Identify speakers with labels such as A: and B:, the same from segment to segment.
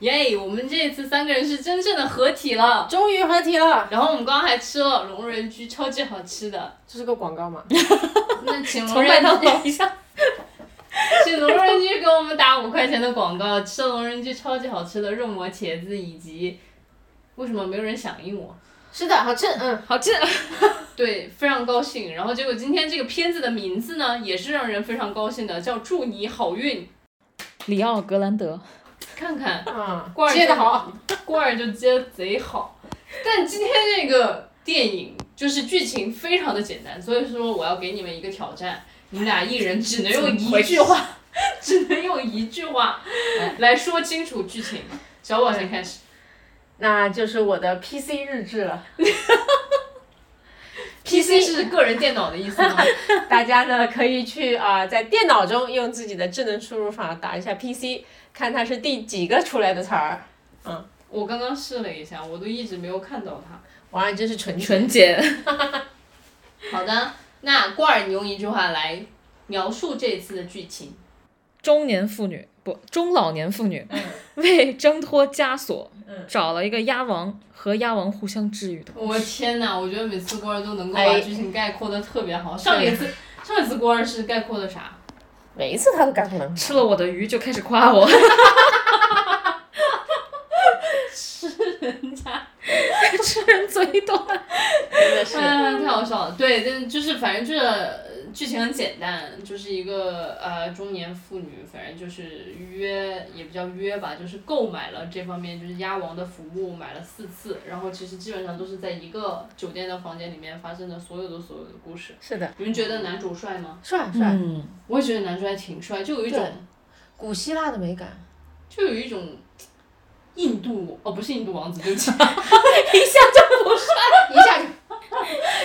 A: 耶我们这次三个人是真正的合体了。
B: 终于合体了，
A: 然后我们刚刚还吃了龙人居超级好吃的，
B: 这是个广告嘛？
A: 那请 龙
B: 从麦当
A: 人
B: 劳一下，
A: 居， 请龙人居给我们打五块钱的广告，吃了龙人居超级好吃的肉馍茄子以及，为什么没有人响应我？
B: 是的，好吃，嗯，
C: 好吃。
A: 对，非常高兴。然后结果今天这个片子的名字呢，也是让人非常高兴的，叫《祝你好运》。
C: 里奥格兰德，
A: 看看
B: 嗯
A: 罐儿
B: 接
A: 就
B: 的好，
A: 罐儿就接得贼好。但今天这个电影就是剧情非常的简单，所以说我要给你们一个挑战，你们俩一人只能用一句话， 只能用一句话哎来说清楚剧情。小宝先开始，
B: 那就是我的 PC 日志 了。
A: PC 是个人电脑的意思吗？
B: 大家呢可以去啊、在电脑中用自己的智能输入法打一下 PC，看它是第几个出来的词儿。
A: 我刚刚试了一下，我都一直没有看到它。
B: 哇，真是纯纯。
C: 纯洁。
A: 好的，那罐儿，你用一句话来描述这次的剧情。
C: 中年妇女不，中老年妇女、为挣脱枷锁，
B: 嗯
C: 找了一个鸭王和鸭王互相治愈的。
A: 我天呐，我觉得每次锅儿都能够把
B: 哎
A: 剧情概括的特别好。上一次上一次锅儿是概括的啥？
B: 每一次他都干什么？
C: 吃了我的鱼就开始夸 我，
A: 人家
C: 吃人嘴短。
B: 真的是。
A: 哎太好笑了。对，但就是反正就是呃剧情很简单，就是一个呃中年妇女，反正就是约也不叫约吧，就是购买了这方面就是鸭王的服务，买了四次，然后其实基本上都是在一个酒店的房间里面发生的所有的所有的故事。
B: 是的，
A: 你们觉得男主帅吗？
B: 帅帅，
C: 嗯，
A: 我也觉得男主还挺帅，就有一种
B: 对古希腊的美感。
A: 就有一种印度哦，不是印度王子，对不 起，
B: 一下就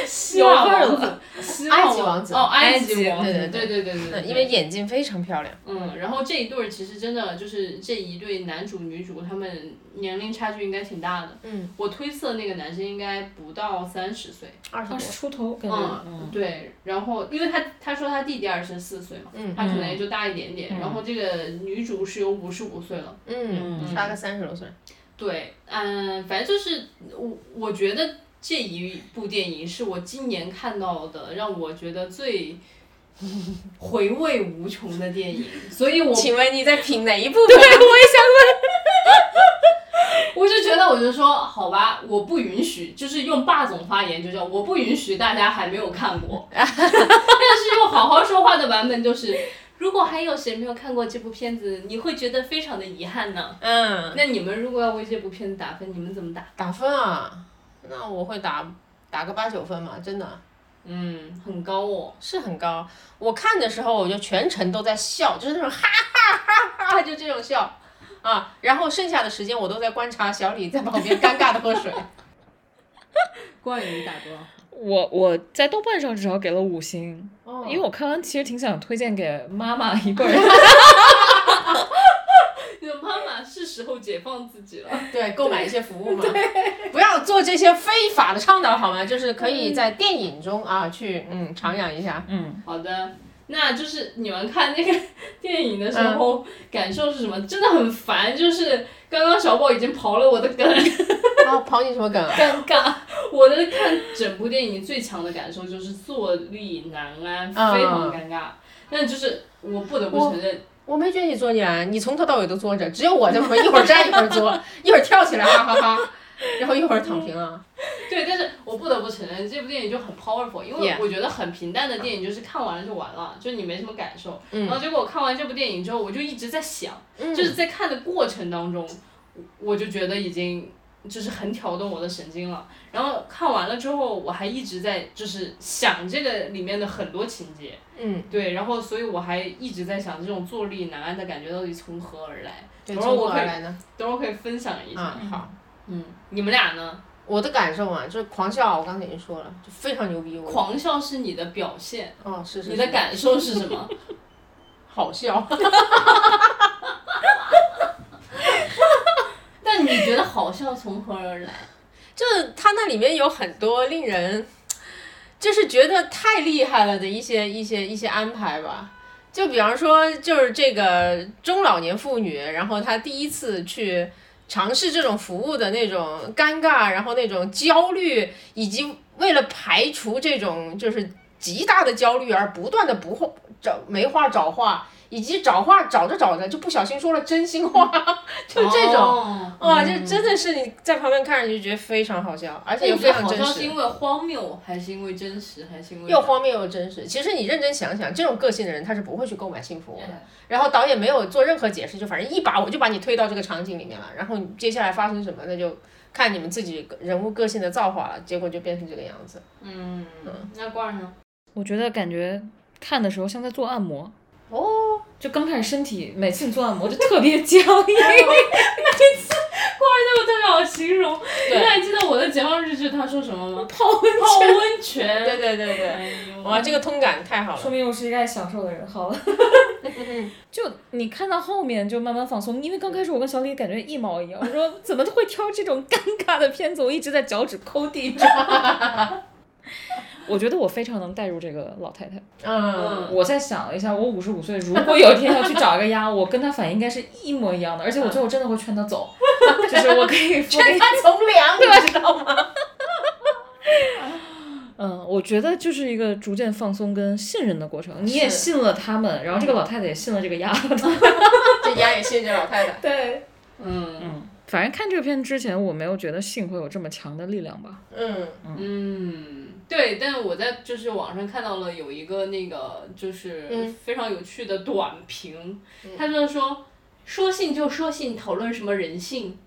A: 希腊王子，希腊
B: 埃及王子
A: 哦，埃及王子，
B: 埃及
A: 对
B: 对
A: 对对对对，
B: 嗯，因为眼睛非常漂亮。
A: 嗯，然后这一对儿其实真的就是这一对男主女主，他们年龄差距应该挺大的。
B: 嗯，
A: 我推测那个男生应该不到三十岁。
B: 二十
C: 二
B: 多
C: 十。出头感觉。
A: 嗯，对，然后因为他他说他弟弟二十四岁嘛，
B: 嗯
A: 他可能也就大一点点。
C: 嗯
A: 然后这个女主是有五十五岁了。
B: 嗯，
A: 嗯
B: 差个三十多岁。
A: 对，嗯，反正就是我，我觉得这一部电影是我今年看到的，让我觉得最回味无穷的电影，所以我
B: 请问你在品哪一部分？啊
A: 我就觉得，我就说好吧，我不允许，就是用霸总发言，就叫我不允许大家还没有看 过，但是用好好说话的版本就是。如果还有谁没有看过这部片子，你会觉得非常的遗憾呢。
B: 嗯，
A: 那你们如果要为这部片子打分，你们怎么打？
B: 打分啊，那我会打打个八九分嘛，真的
A: 嗯，很高哦。
B: 是很高。我看的时候我就全程都在笑，就是那种哈哈哈哈，就这种笑啊。然后剩下的时间我都在观察小李在旁边尴尬的喝 水。
A: 关于你打多少？
C: 我我在豆瓣上至少给了五星，
B: 哦
C: 因为我看完其实挺想推荐给妈妈一 辈儿。
A: 你的妈妈是时候解放自己了。
B: 对，购买一些服务嘛，不要做这些非法的倡导好吗？就是可以在电影中啊去嗯徜徉一下。
C: 嗯，
A: 好的，那就是你们看那个电影的时候、
B: 嗯
A: 感受是什么？真的很烦，就是刚刚小宝已经刨了我的梗，
B: 然后跑你什么梗啊？
A: 尴尬。 我的看整部电影最强的感受就是坐立难安，
B: 嗯
A: 非常尴尬。但就是我不得不承认，
B: 我没觉得你坐起来，你从头到尾都坐着，只有我这么一会儿站一会儿坐， 一会儿跳起来哈哈哈，然后一会儿躺平啊。
A: 对，但是我不得不承认这部电影就很 powerful，因为
B: Yeah
A: 我觉得很平淡的电影就是看完了就完了，就你没什么感受。
B: 嗯
A: 然后结果我看完这部电影之后，我就一直在想。
B: 嗯
A: 就是在看的过程当中，我我就觉得已经就是很挑动我的神经了。然后看完了之后，我还一直在就是想这个里面的很多情节，
B: 嗯，
A: 对，然后所以我还一直在想这种坐立难安的感觉到底从何而来。
B: 对，
A: 等会儿
B: 从
A: 我
B: 何
A: 可
B: 而
A: 以，
B: 来呢？
A: 等会儿可以分享一下。
B: 啊，好，
A: 嗯，你们俩呢？
B: 我的感受啊，就是狂笑，我刚才已经说了，就非常牛逼，我
A: 狂笑是你的表现，
B: 哦，是是，
A: 你的
B: 是
A: 感受是什 么？
B: 好笑，
A: 但你觉得好笑从何而来？
B: 就是它那里面有很多令人，就是觉得太厉害了的一些一些一些安排吧。就比方说，就是这个中老年妇女，然后她第一次去尝试这种服务的那种尴尬，然后那种焦虑，以及为了排除这种就是极大的焦虑而不断的不话找没话找话，以及找话找着找着就不小心说了真心话， 就这种。
A: 哦
B: 哇，这真的是你在旁边看上去觉得非常好笑，而且
A: 你
B: 又
A: 觉
B: 非
A: 得
B: 常
A: 好
B: 真
A: 笑是
B: 实
A: 因，为荒谬，还是因为真实，还是因为
B: 又荒谬又真实。其实你认真想想，这种个性的人他是不会去购买性服务的。
A: 嗯
B: 然后导演没有做任何解释，就反正一把我就把你推到这个场景里面了，然后你接下来发生什么，那就看你们自己人物个性的造化了。结果就变成这个样子。
A: 嗯，那挂上
C: 我觉得感觉看的时候像在做按摩。
B: 哦，
C: 就刚开始身体，每次你做按摩就特别僵硬，
A: 特别好形容。
B: 对
A: 你还记得我的节目日志他说什么吗？
C: 泡温
A: 泡温泉。
B: 对对对对，
A: 哎呦
B: 哇，这个通感太好了
C: 说。明我是一个爱享受的人。好了，就你看到后面就慢慢放松，因为刚开始我跟小李感觉一毛一样，我说怎么会挑这种尴尬的片子？我一直在脚趾抠地。 我觉得我非常能代入这个老太太。
B: 嗯，
A: 嗯，
C: 我在想了一下，我五十五岁，如果有一天要去找一个鸭，我跟她反应应该是一模一样的，而且我最后真的会劝她走， 就是我可以付给
B: 他从良，你知道吗？
C: 嗯，我觉得就是一个逐渐放松跟信任的过程。你也信了他们，然后这个老太太也信了这个丫头。
B: 这丫也谢谢老太太。
C: 对，
A: 嗯
C: 嗯，反正看这个片之前，我没有觉得性会有这么强的力量吧。
B: 嗯，
A: 嗯，对，但是我在就是网上看到了有一个那个就是
B: 嗯
A: 非常有趣的短评，他就是说说性就说性，讨论什么人性？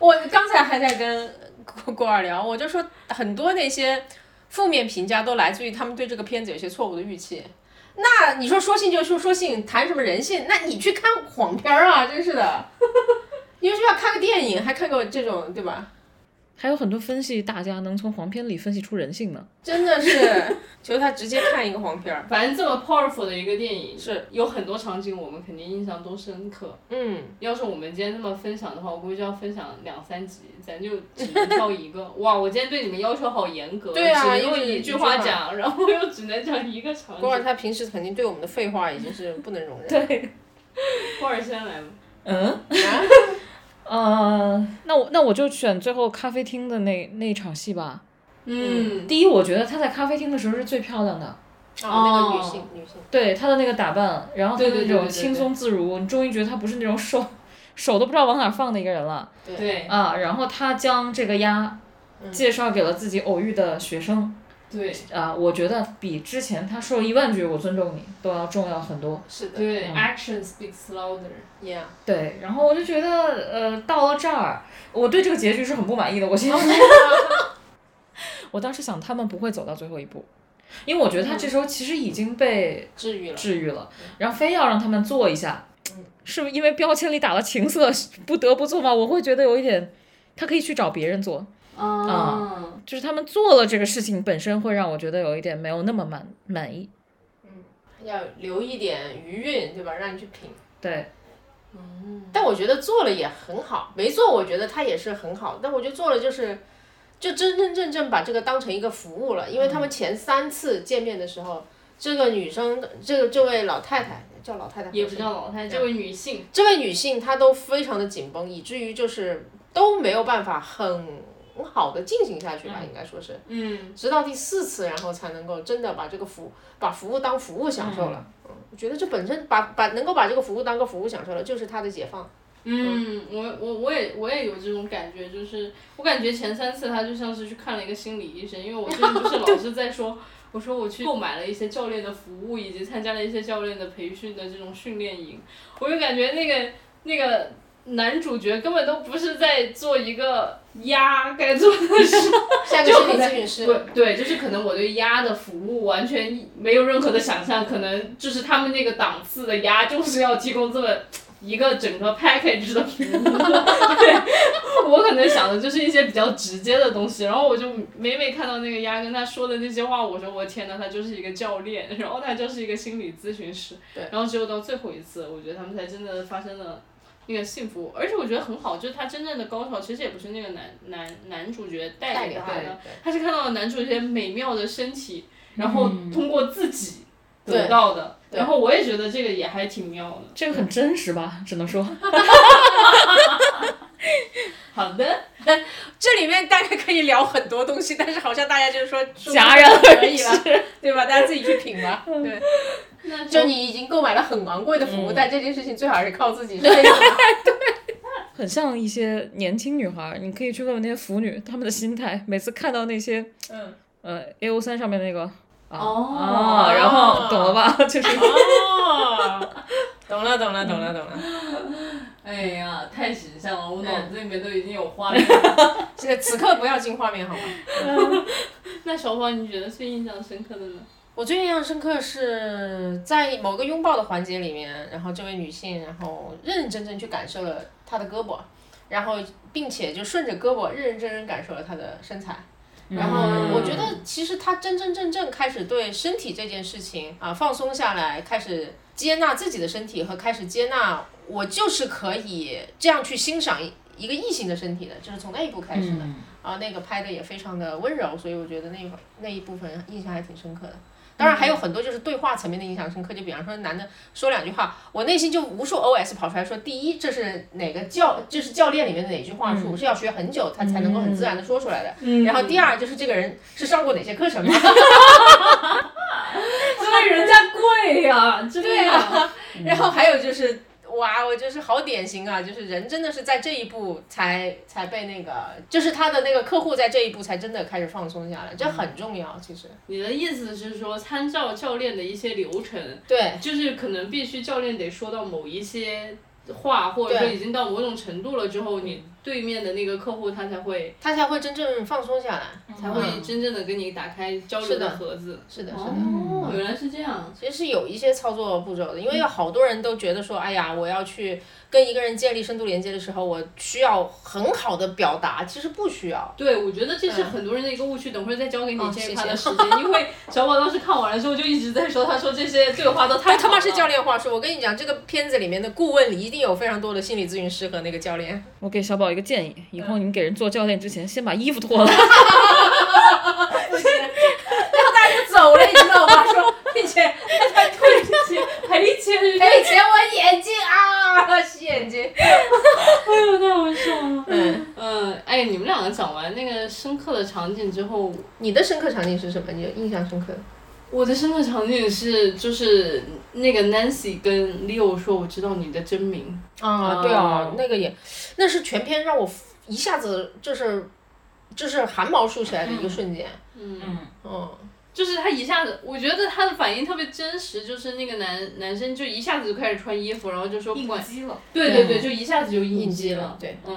B: 我刚才还在跟郭郭二聊，我就说很多那些负面评价都来自于他们对这个片子有些错误的预期。那你说说性就说说性，谈什么人性？那你去看黄片儿啊，真是的。 你为什么要看个电影，还看个这种，对吧？
C: 还有很多分析大家能从黄片里分析出人性呢。
B: 真的是，求他直接看一个黄片儿。
A: 反正这么 powerful 的一个电影，
B: 是
A: 有很多场景我们肯定印象都深刻。
B: 嗯，
A: 要是我们今天这么分享的话，我估计要分享两三集，咱就只能挑一个。 哇，我今天对你们要求好严格，
B: 对啊
A: 只能
B: 又
A: 用
B: 是
A: 一
B: 一句
A: 句话
B: 话
A: 讲，然后又只能讲一个场
B: 郭二
A: 景。
B: 他平时肯定对我们的废话已经是不能容忍。
C: 对，
A: 或者先来吧。
C: 嗯。
A: 嗯
C: 呃，那我那我就选最后咖啡厅的那那一场戏吧。
A: 嗯，
C: 第一，我觉得她在咖啡厅的时候是最漂亮的，
B: 哦，那个女性，女性，
C: 对她的那个打扮，然后她的
A: 对对对
C: 那
A: 对
C: 种
A: 对
C: 轻松自如，你终于觉得她不是那种手手都不知道往哪儿放的一个人了。
A: 对
C: 啊，然后他将这个鸭介绍给了自己偶遇的学生、
A: 对
C: 啊，我觉得比之前他说一万句“我尊重你”都要重要很多。
B: 是的
A: 对
C: 嗯
A: ，action speaks louder。
B: ，Yeah。
C: 对，然后我就觉得，呃，到了这儿，我对这个结局是很不满意的。我现在 我当时想他们不会走到最后一步，因为我觉得他这时候其实已经被
B: 治愈了。
C: 治愈了，然后非要让他们做一下，是不是因为标签里打了情色，不得不做吗？我会觉得有一点，他可以去找别人做。
A: 啊，
C: 就是他们做了这个事情本身，会让我觉得有一点没有那么满满意。
B: 要留一点余韵，对吧？让你去品。
C: 对，
A: 嗯
B: 但我觉得做了也很好，没做我觉得它也是很好，但我觉得做了就是，就真真正正把这个当成一个服务了，因为
A: 嗯
B: 他们前三次见面的时候，这个女生，这个这位老太太叫老太太，
A: 也不叫老太，这位女性，
B: 这位女性她都非常的紧绷，以至于就是都没有办法很好的进行下去吧，应该说是，
A: 嗯，
B: 直到第四次，然后才能够真的把这个服把服务当服务享受了。嗯我觉得这本身把把能够把这个服务当个服务享受了，就是她的解放。
A: 嗯，我我我也我也有这种感觉，就是我感觉前三次他就像是去看了一个心理医生，因为我最近不是老是在说，我说我去购买了一些教练的服务，以及参加了一些教练的培训的这种训练营，我就感觉那个那个男主角根本都不是在做一个鸭该做的事，
D: 下个
A: 就
D: 心理咨
A: 可能
D: 询师，
A: 对对，就是可能我对鸭的服务完全没有任何的想象，可能就是他们那个档次的鸭就是要提供这么一个整个 package 的服务。 对，我可能想的就是一些比较直接的东西，然后我就每每看到那个鸭跟他说的那些话，我说我天呐，他就是一个教练，然后他就是一个心理咨询师，
B: 对
A: 然后只有到最后一次，我觉得他们才真的发生了。那个幸福，而且我觉得很好，就是他真正的高潮其实也不是那个男男男主角带
D: 带
A: 给
D: 给
A: 他
D: 他
A: 的，
B: 的
A: 他是看到了男主角美妙的身体，然后通过自己
B: 对
A: 得到的。
B: 对
A: 然后我也觉得这个也还挺妙的。
C: 这个很真实吧？只能说，
A: 好的，
B: 这里面大概可以聊很多东西，但是好像大家就是说
C: 戛然
B: 可以了， 对吧？大家自己去品吧。对，嗯
A: 那
B: 就
A: 就
B: 你已经购买了很昂贵的服务，但这件事情最好还是靠自 己。对吧
C: 很像一些年轻女孩儿，你可以去问问那些腐女，她们的心态。每次看到那些，
B: 嗯，
C: 呃，A O 三上面那个，啊、
A: 哦
C: 啊，然后懂了吧？ 就是
B: 哦，懂了，懂了，懂了，懂了。
A: 哎呀，太形象了，我脑子里面都已经有画 面了。
B: 这个此刻不要进画面好吗？
A: 那小宝，你觉得最印象深刻的呢？
B: 我最印象深刻是在某个拥抱的环节里面，然后这位女性，然后认认真真去感受了她的胳膊，然后并且就顺着胳膊认认真真感受了她的身材。然后
C: 嗯
B: 我觉得，其实她真真正正开始对身体这件事情啊放松下来，开始接纳自己的身体和开始接纳我就是可以这样去欣赏一一个异性的身体的，就是从那一步开始的。啊，那个拍的也非常的温柔，所以我觉得那一会儿那一部分印象还挺深刻的。当然还有很多就是对话层面的印象深刻，就比方说男的说两句话，我内心就无数 OS 跑出来说，第一这是哪个教，就是教练里面的哪句话术、是要学很久他才能够很自然的说出来的，
A: 嗯
B: 然后第二就是这个人是上过哪些课程吗？
A: 所以人家贵呀、真的
B: 对
A: 呀、
B: 啊，然后还有就是，哇，我就是好典型啊，就是人真的是在这一步才才被那个，就是他的那个客户在这一步才真的开始放松下来，这很重要，其实。
A: 你的意思是说，参照教练的一些流程，
B: 对
A: 就是可能必须教练得说到某一些话，或者说
B: 对
A: 已经到某种程度了之后，你对面的那个客户他才会
B: 他才会真正放松下来。
A: 才会真正的跟你打开交流
B: 嗯是的
A: 盒子。
B: 是的，是嗯的。
A: 嗯哦，原来是这样。
B: 其实是有一些操作步骤的，因为有好多人都觉得说，哎呀，我要去跟一个人建立深度连接的时候，我需要很好的表达，其实不需要。
A: 对，我觉得这是
B: 嗯
A: 很多人的一个误区。等会儿再交给你
B: 哦
A: 这
B: 谢
A: 一
B: 谢
A: 趴的时间，因为小宝当时看完了之后就一直在说，他说这些对话都太
B: 他妈是教
A: 练。
B: 练话术！我跟你讲，这个片子里面的顾问里一定有非常多的心理咨询师和那个教练。
C: 我给小宝一个建议，以
B: 嗯
C: 后你给人做教练之前，先把衣服脱了。
B: 走了，你知道吗？ 说，并且
A: 赔钱，
B: 赔钱我眼睛啊，洗眼睛。
A: 太好笑了。
B: 嗯，
A: 嗯，哎，你们两个讲完那个深刻的场景之后，
B: 你的深刻场景是什么？你有印象深刻的？
A: 我的深刻场景是，就是那个 Nancy 跟 Leo 说，我知道你的真名。
B: 啊，
C: 哦
B: 对啊，那个也，那是全片让我一下子就是就是汗毛竖起来的一个瞬间。
A: 嗯，
B: 嗯，
A: 就是他一下子，我觉得他的反应特别真实，就是那个男男生就一下子就开始穿衣服，然后就说不管，
D: 击了，
A: 对对对，就一下子就
B: 嗯应
A: 应
B: 激
A: 激
B: 了
A: 了，，
B: 对
A: 嗯。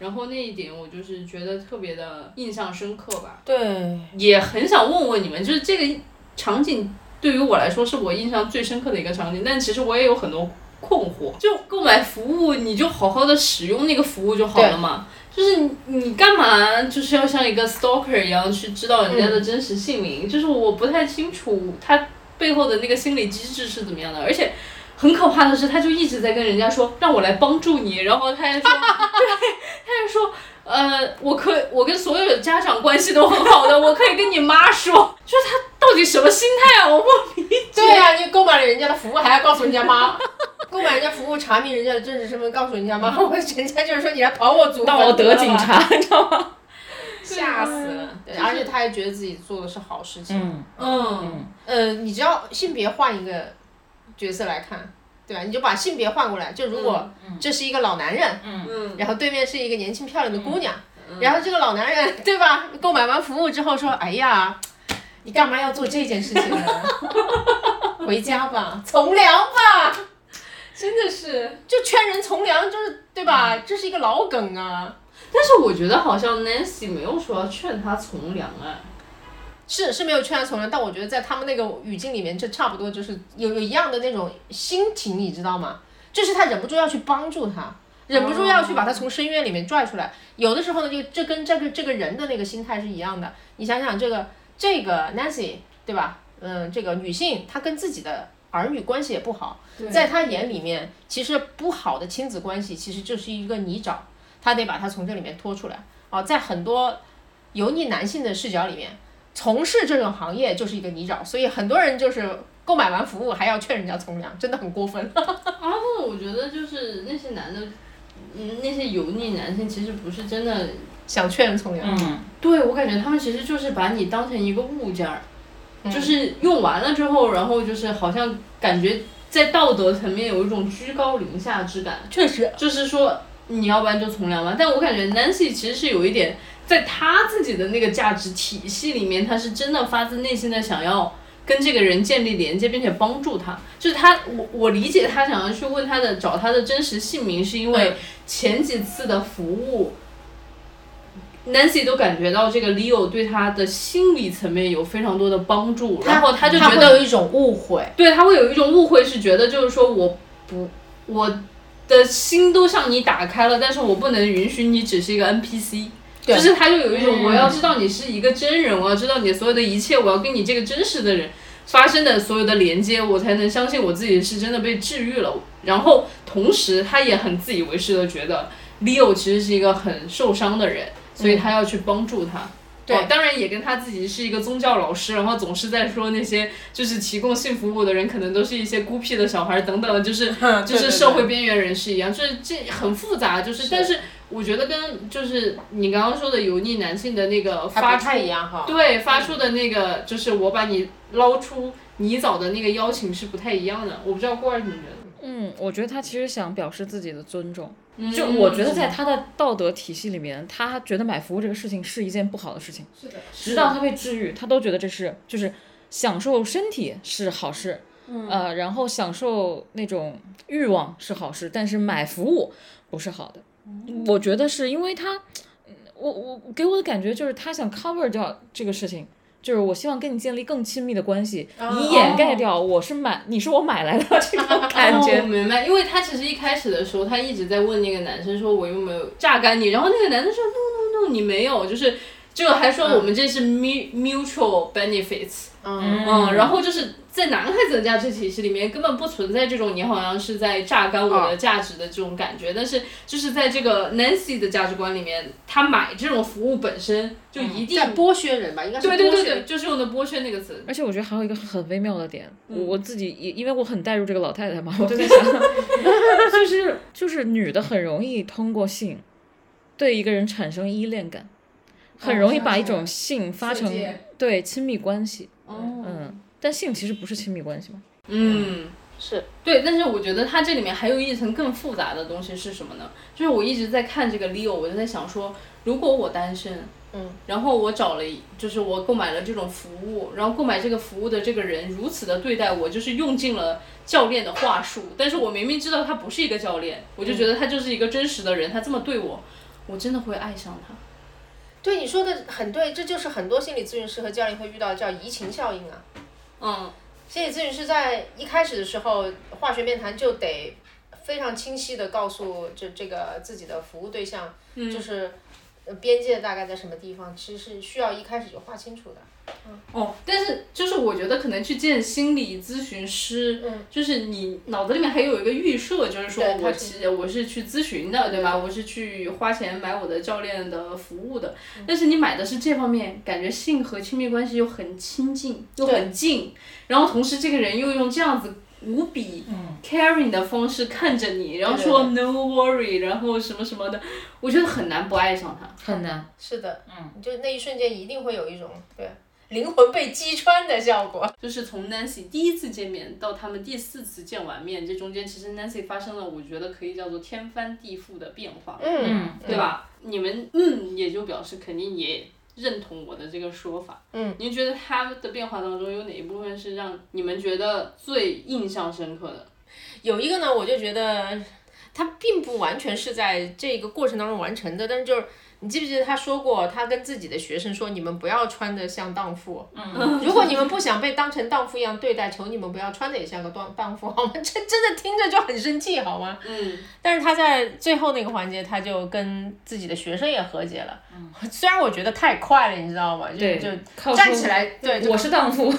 A: 然后那一点我就是觉得特别的印象深刻吧，
B: 对。
A: 也很想问问你们，就是这个场景对于我来说是我印象最深刻的一个场景，但其实我也有很多困惑。就购买服务，你就好好的使用那个服务就好了嘛。就是你你干嘛就是要像一个 stalker 一样去知道人家的真实姓名？就是我不太清楚他背后的那个心理机制是怎么样的，而且。很可怕的是，他就一直在跟人家说让我来帮助你，然后他还说，对，他还说，呃，我可我跟所有的家长关系都很好的，我可以跟你妈说，就是他到底什么心态啊？我不
B: 对呀、你购买了人家的服务，还要告诉人家妈， 购买人家服务，查明人家的真实身份，告诉人家妈， 我人家就是说你来跑我祖坟
C: 道德
B: 了吧
C: 警，察，你知道吗？
B: 吓死了。对，而且他还觉得自己做的是好事情。
C: 嗯，
A: 嗯，
B: 呃，你只要性别换一个角色来看，对吧？你就把性别换过来，就如果这是一个老男人，
A: 嗯
B: 然后对面是一个年轻漂亮的姑娘，然后这个老男人 对吧？购买完服务之后说：“哎呀，你干啊 嘛要做这件事情呢？回家吧，从良吧。”真的是就劝人从良，就是对吧？这是一个老梗啊。
A: 但是我觉得好像 Nancy 没有说要劝他从良啊。
B: 是是没有劝他从良，但我觉得在他们那个语境里面，这差不多就是有有一样的那种心情，你知道吗？就是他忍不住要去帮助他，忍不住要去把他从深渊里面拽出来。有的时候呢，就这跟这个这个人的那个心态是一样的。你想想这个这个 Nancy 对吧？嗯，这个女性她跟自己的儿女关系也不好，在她眼里面，其实不好的亲子关系其实就是一个泥沼，她得把它从这里面拖出来。啊，在很多油腻男性的视角里面。从事这种行业就是一个泥沼，所以很多人就是购买完服务还要劝人家从良，真的很过分。
A: 啊，不，我觉得就是那些男的，嗯那些油腻男性其实不是真的，
B: 想劝人从良，
C: 嗯，
A: 对我感觉他们其实就是把你当成一个物件儿，就是用完了之后，然后就是好像感觉在道德层面有一种居高临下之感，
B: 确实，
A: 就是说你要不然就从良吧。但我感觉 Nancy 其实是有一点，在她自己的那个价值体系里面，她是真的发自内心的想要跟这个人建立连接，并且帮助他。就是她，我我理解她想要去问他的找他的真实姓名，是因为前几次的服务。Nancy 都感觉到这个 Leo 对她的心理层面有非常多的帮助，然后她就觉
B: 他
A: 得
B: 会有一种误会，
A: 对他会有一种误会，是觉得就是说我不我的心都向你打开了，但是我不能允许你只是一个 NPC。
B: 对
A: 就是他就有一种
C: 嗯
A: 我要知道你是一个真人，我要知道你所有的一切，我要跟你这个真实的人发生的所有的连接，我才能相信我自己是真的被治愈了。然后同时他也很自以为是的觉得 Leo 其实是一个很受伤的人，所以他要去帮助他。
B: 对
A: 哦当然也跟他自己是一个宗教老师，然后总是在说那些就是提供性服务的人可能都是一些孤僻的小孩儿等等，就是就
B: 对
A: 是
B: 对
A: 社会
B: 对
A: 边缘人士一样，就是这很复杂，就是但是我觉得跟就是你刚刚说的油腻男性的那个
B: 还
A: 发出
B: 不太一样哈。
A: 对发出的那个就是我把你捞出泥沼的那个邀请是不太一样的，我不知道郭二怎么觉得。
C: 嗯，我觉得他其实想表示自己的尊重，
A: 嗯
C: 就我觉得在他的道德体系里面，他觉得买服务这个事情是一件不好的事情，
B: 是的，
C: 直到他被治愈，他都觉得这是就是享受身体是好事，
B: 嗯
C: 呃，然后享受那种欲望是好事，但是买服务不是好的。
B: 嗯
C: 我觉得是因为他，嗯我我给我的感觉就是他想 cover 掉这个事情。就是我希望跟你建立更亲密的关系，
B: 哦
C: 以掩盖掉我是买你是我买来的这 种 感
A: 哦
C: 觉。
A: 我明白，因为他其实一开始的时候，他一直在问那个男生说：“我又没有榨干你。”然后那个男生说：“No No No，你没有。”就是就还说我们这是 mu- mutual benefits，
B: 嗯，
A: 嗯，然后就是在男孩子的价值体系里面，根本不存在这种你好像是在榨干我的价值的这种感觉。但是就是在这个 Nancy 的价值观里面，他买这种服务本身就一定、
B: 嗯在剥削人吧，应该是
A: 对对
B: 剥
A: 对
B: 削
A: 对，。就是用的剥削那个词。
C: 而且我觉得还有一个很微妙的点，我我自己也因为我很带入这个老太太嘛，我就 在想，就是就是女的很容易通过性对一个人产生依恋感，
A: 哦
C: 很容易把一种性发成
B: 世界
C: 对亲密关系，
A: 哦，
C: 嗯，但性其实不是亲密关系嘛，
A: 嗯，
B: 是
A: 对，但是我觉得它这里面还有一层更复杂的东西是什么呢？就是我一直在看这个 Leo，我就在想说，如果我单身，
B: 嗯，
A: 然后我找了一，就是我购买了这种服务，然后购买这个服务的这个人如此的对待我，就是用尽了教练的话术，但是我明明知道他不是一个教练，我就觉得他就是一个真实的人，他这么对我，我真的会爱上他。
B: 对你说的很对，这就是很多心理咨询师和教练会遇到的叫移情效应啊。
A: 嗯，
B: 心理咨询师在一开始的时候，化学面谈就得非常清晰的告诉这这个自己的服务对象，就是呃边界大概在什么地方，其实是需要一开始就画清楚的。
A: 哦，但是就是我觉得可能去见心理咨询师，
B: 嗯
A: 就是你脑子里面还有一个预设，就是说
B: 对
A: 我
B: 他是嗯
A: 其实我是去咨询的，对吧？我是去花钱买我的教练的服务的，
B: 嗯
A: 但是你买的是这方面，感觉性和亲密关系又很亲近，又很近，然后同时这个人又用这样子。无比 caring 的方式看着你，然后说 no worry，然后什么什么的，我觉得很难不爱上他。
C: 很难。
B: 是的，嗯，就那一瞬间一定会有一种对灵魂被击穿的效果。
A: 就是从 Nancy 第一次见面到他们第四次见完面，这中间其实 Nancy 发生了，我觉得可以叫做天翻地覆的变化，
B: 嗯
A: 对吧？你们嗯，也就表示肯定也认同我的这个说法。
B: 嗯，
A: 您觉得他的变化当中有哪一部分是让你们觉得最印象深刻的？
B: 有一个呢，我就觉得他并不完全是在这个过程当中完成的，但是就是你记不记得他说过，他跟自己的学生说，你们不要穿的像荡妇，嗯，如果你们不想被当成荡妇一样对待，求你们不要穿的也像个荡荡妇，好吗？这真的听着就很生气，好吗？
A: 嗯，
B: 但是他在最后那个环节，他就跟自己的学生也和解了， 虽然我觉得太快了，你知道吗？就
C: 嗯对
B: 就
C: 靠
B: 站
C: 说
B: 起来，对，就
C: 我是荡妇，